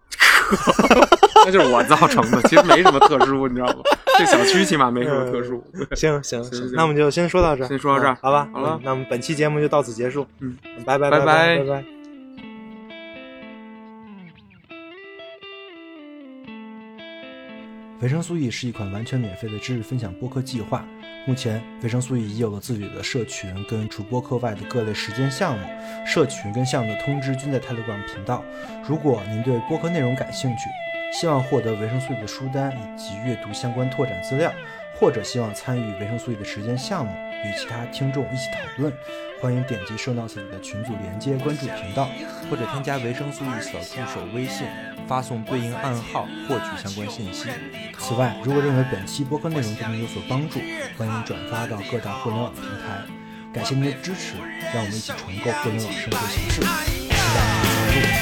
[SPEAKER 3] 那就是我造成的，其实没什么特殊，你知道吗？这小区起码没什么特殊。
[SPEAKER 2] 行行
[SPEAKER 3] 行
[SPEAKER 2] 那我们就先说到这儿，
[SPEAKER 3] 先说到这儿
[SPEAKER 2] 嗯好吧？
[SPEAKER 3] 好了
[SPEAKER 2] 嗯那我们本期节目就到此结束，
[SPEAKER 3] 嗯，
[SPEAKER 2] 拜拜
[SPEAKER 3] 拜
[SPEAKER 2] 拜
[SPEAKER 3] 拜
[SPEAKER 2] 拜拜。
[SPEAKER 4] 维生素 E 是一款完全免费的知识分享播客计划。目前，维生素 E 已有了自己的社群跟除播课外的各类实践项目，社群跟项目的通知均在 Telegram 频道。如果您对播客内容感兴趣，希望获得维生素 E 的书单以及阅读相关拓展资料，或者希望参与维生素 E 的实践项目，与其他听众一起讨论，欢迎点击 show notes 里的群组连接关注频道，
[SPEAKER 1] 或
[SPEAKER 4] 或
[SPEAKER 1] 者
[SPEAKER 4] 者
[SPEAKER 1] 添
[SPEAKER 4] 添
[SPEAKER 1] 加
[SPEAKER 4] 加
[SPEAKER 1] 维
[SPEAKER 4] 维
[SPEAKER 1] 生素
[SPEAKER 4] 生素
[SPEAKER 1] E
[SPEAKER 4] E
[SPEAKER 1] 小
[SPEAKER 4] 小
[SPEAKER 1] 助
[SPEAKER 4] 助
[SPEAKER 1] 手
[SPEAKER 4] 手
[SPEAKER 1] 微
[SPEAKER 4] 微
[SPEAKER 1] 信
[SPEAKER 4] 信，
[SPEAKER 1] 发
[SPEAKER 4] 发
[SPEAKER 1] 送
[SPEAKER 4] 送
[SPEAKER 1] 对
[SPEAKER 4] 对
[SPEAKER 1] 应
[SPEAKER 4] 应
[SPEAKER 1] 暗
[SPEAKER 4] 暗
[SPEAKER 1] 号
[SPEAKER 4] 号
[SPEAKER 1] 获
[SPEAKER 4] 获
[SPEAKER 1] 取
[SPEAKER 4] 取
[SPEAKER 1] 相
[SPEAKER 4] 相
[SPEAKER 1] 关
[SPEAKER 4] 关
[SPEAKER 1] 信
[SPEAKER 4] 信
[SPEAKER 1] 息
[SPEAKER 4] 息。
[SPEAKER 1] 此
[SPEAKER 4] 此
[SPEAKER 1] 外
[SPEAKER 4] 外，
[SPEAKER 1] 如
[SPEAKER 4] 如
[SPEAKER 1] 果
[SPEAKER 4] 果
[SPEAKER 1] 认
[SPEAKER 4] 认
[SPEAKER 1] 为
[SPEAKER 4] 为
[SPEAKER 1] 本
[SPEAKER 4] 本
[SPEAKER 1] 期
[SPEAKER 4] 期
[SPEAKER 1] 播
[SPEAKER 4] 播
[SPEAKER 1] 客
[SPEAKER 4] 客
[SPEAKER 1] 内
[SPEAKER 4] 内
[SPEAKER 1] 容
[SPEAKER 4] 容
[SPEAKER 1] 对
[SPEAKER 4] 对
[SPEAKER 1] 您
[SPEAKER 4] 您
[SPEAKER 1] 有
[SPEAKER 4] 有
[SPEAKER 1] 所
[SPEAKER 4] 所
[SPEAKER 1] 帮
[SPEAKER 4] 帮
[SPEAKER 1] 助
[SPEAKER 4] 助，
[SPEAKER 1] 欢
[SPEAKER 4] 欢
[SPEAKER 1] 迎
[SPEAKER 4] 迎
[SPEAKER 1] 转
[SPEAKER 4] 转
[SPEAKER 1] 发
[SPEAKER 4] 发
[SPEAKER 1] 到
[SPEAKER 4] 到
[SPEAKER 1] 各
[SPEAKER 4] 各
[SPEAKER 1] 大
[SPEAKER 4] 大
[SPEAKER 1] 互
[SPEAKER 4] 互
[SPEAKER 1] 联
[SPEAKER 4] 联
[SPEAKER 1] 网
[SPEAKER 4] 网
[SPEAKER 1] 平
[SPEAKER 4] 平
[SPEAKER 1] 台
[SPEAKER 4] 台，
[SPEAKER 1] 感
[SPEAKER 4] 感
[SPEAKER 1] 谢
[SPEAKER 4] 谢
[SPEAKER 1] 您
[SPEAKER 4] 您
[SPEAKER 1] 的
[SPEAKER 4] 的
[SPEAKER 1] 支
[SPEAKER 4] 支
[SPEAKER 1] 持
[SPEAKER 4] 持，
[SPEAKER 1] 让
[SPEAKER 4] 让
[SPEAKER 1] 我
[SPEAKER 4] 我
[SPEAKER 1] 们一
[SPEAKER 4] 们一
[SPEAKER 1] 起
[SPEAKER 4] 起
[SPEAKER 1] 重
[SPEAKER 4] 重
[SPEAKER 1] 构互
[SPEAKER 4] 构
[SPEAKER 1] 联网
[SPEAKER 4] 互联网
[SPEAKER 1] 生
[SPEAKER 4] 生
[SPEAKER 1] 活
[SPEAKER 4] 活
[SPEAKER 1] 形式
[SPEAKER 4] 形式，
[SPEAKER 1] 期待您的
[SPEAKER 4] 期待您的
[SPEAKER 1] 加
[SPEAKER 4] 加
[SPEAKER 1] 入啊
[SPEAKER 4] 入。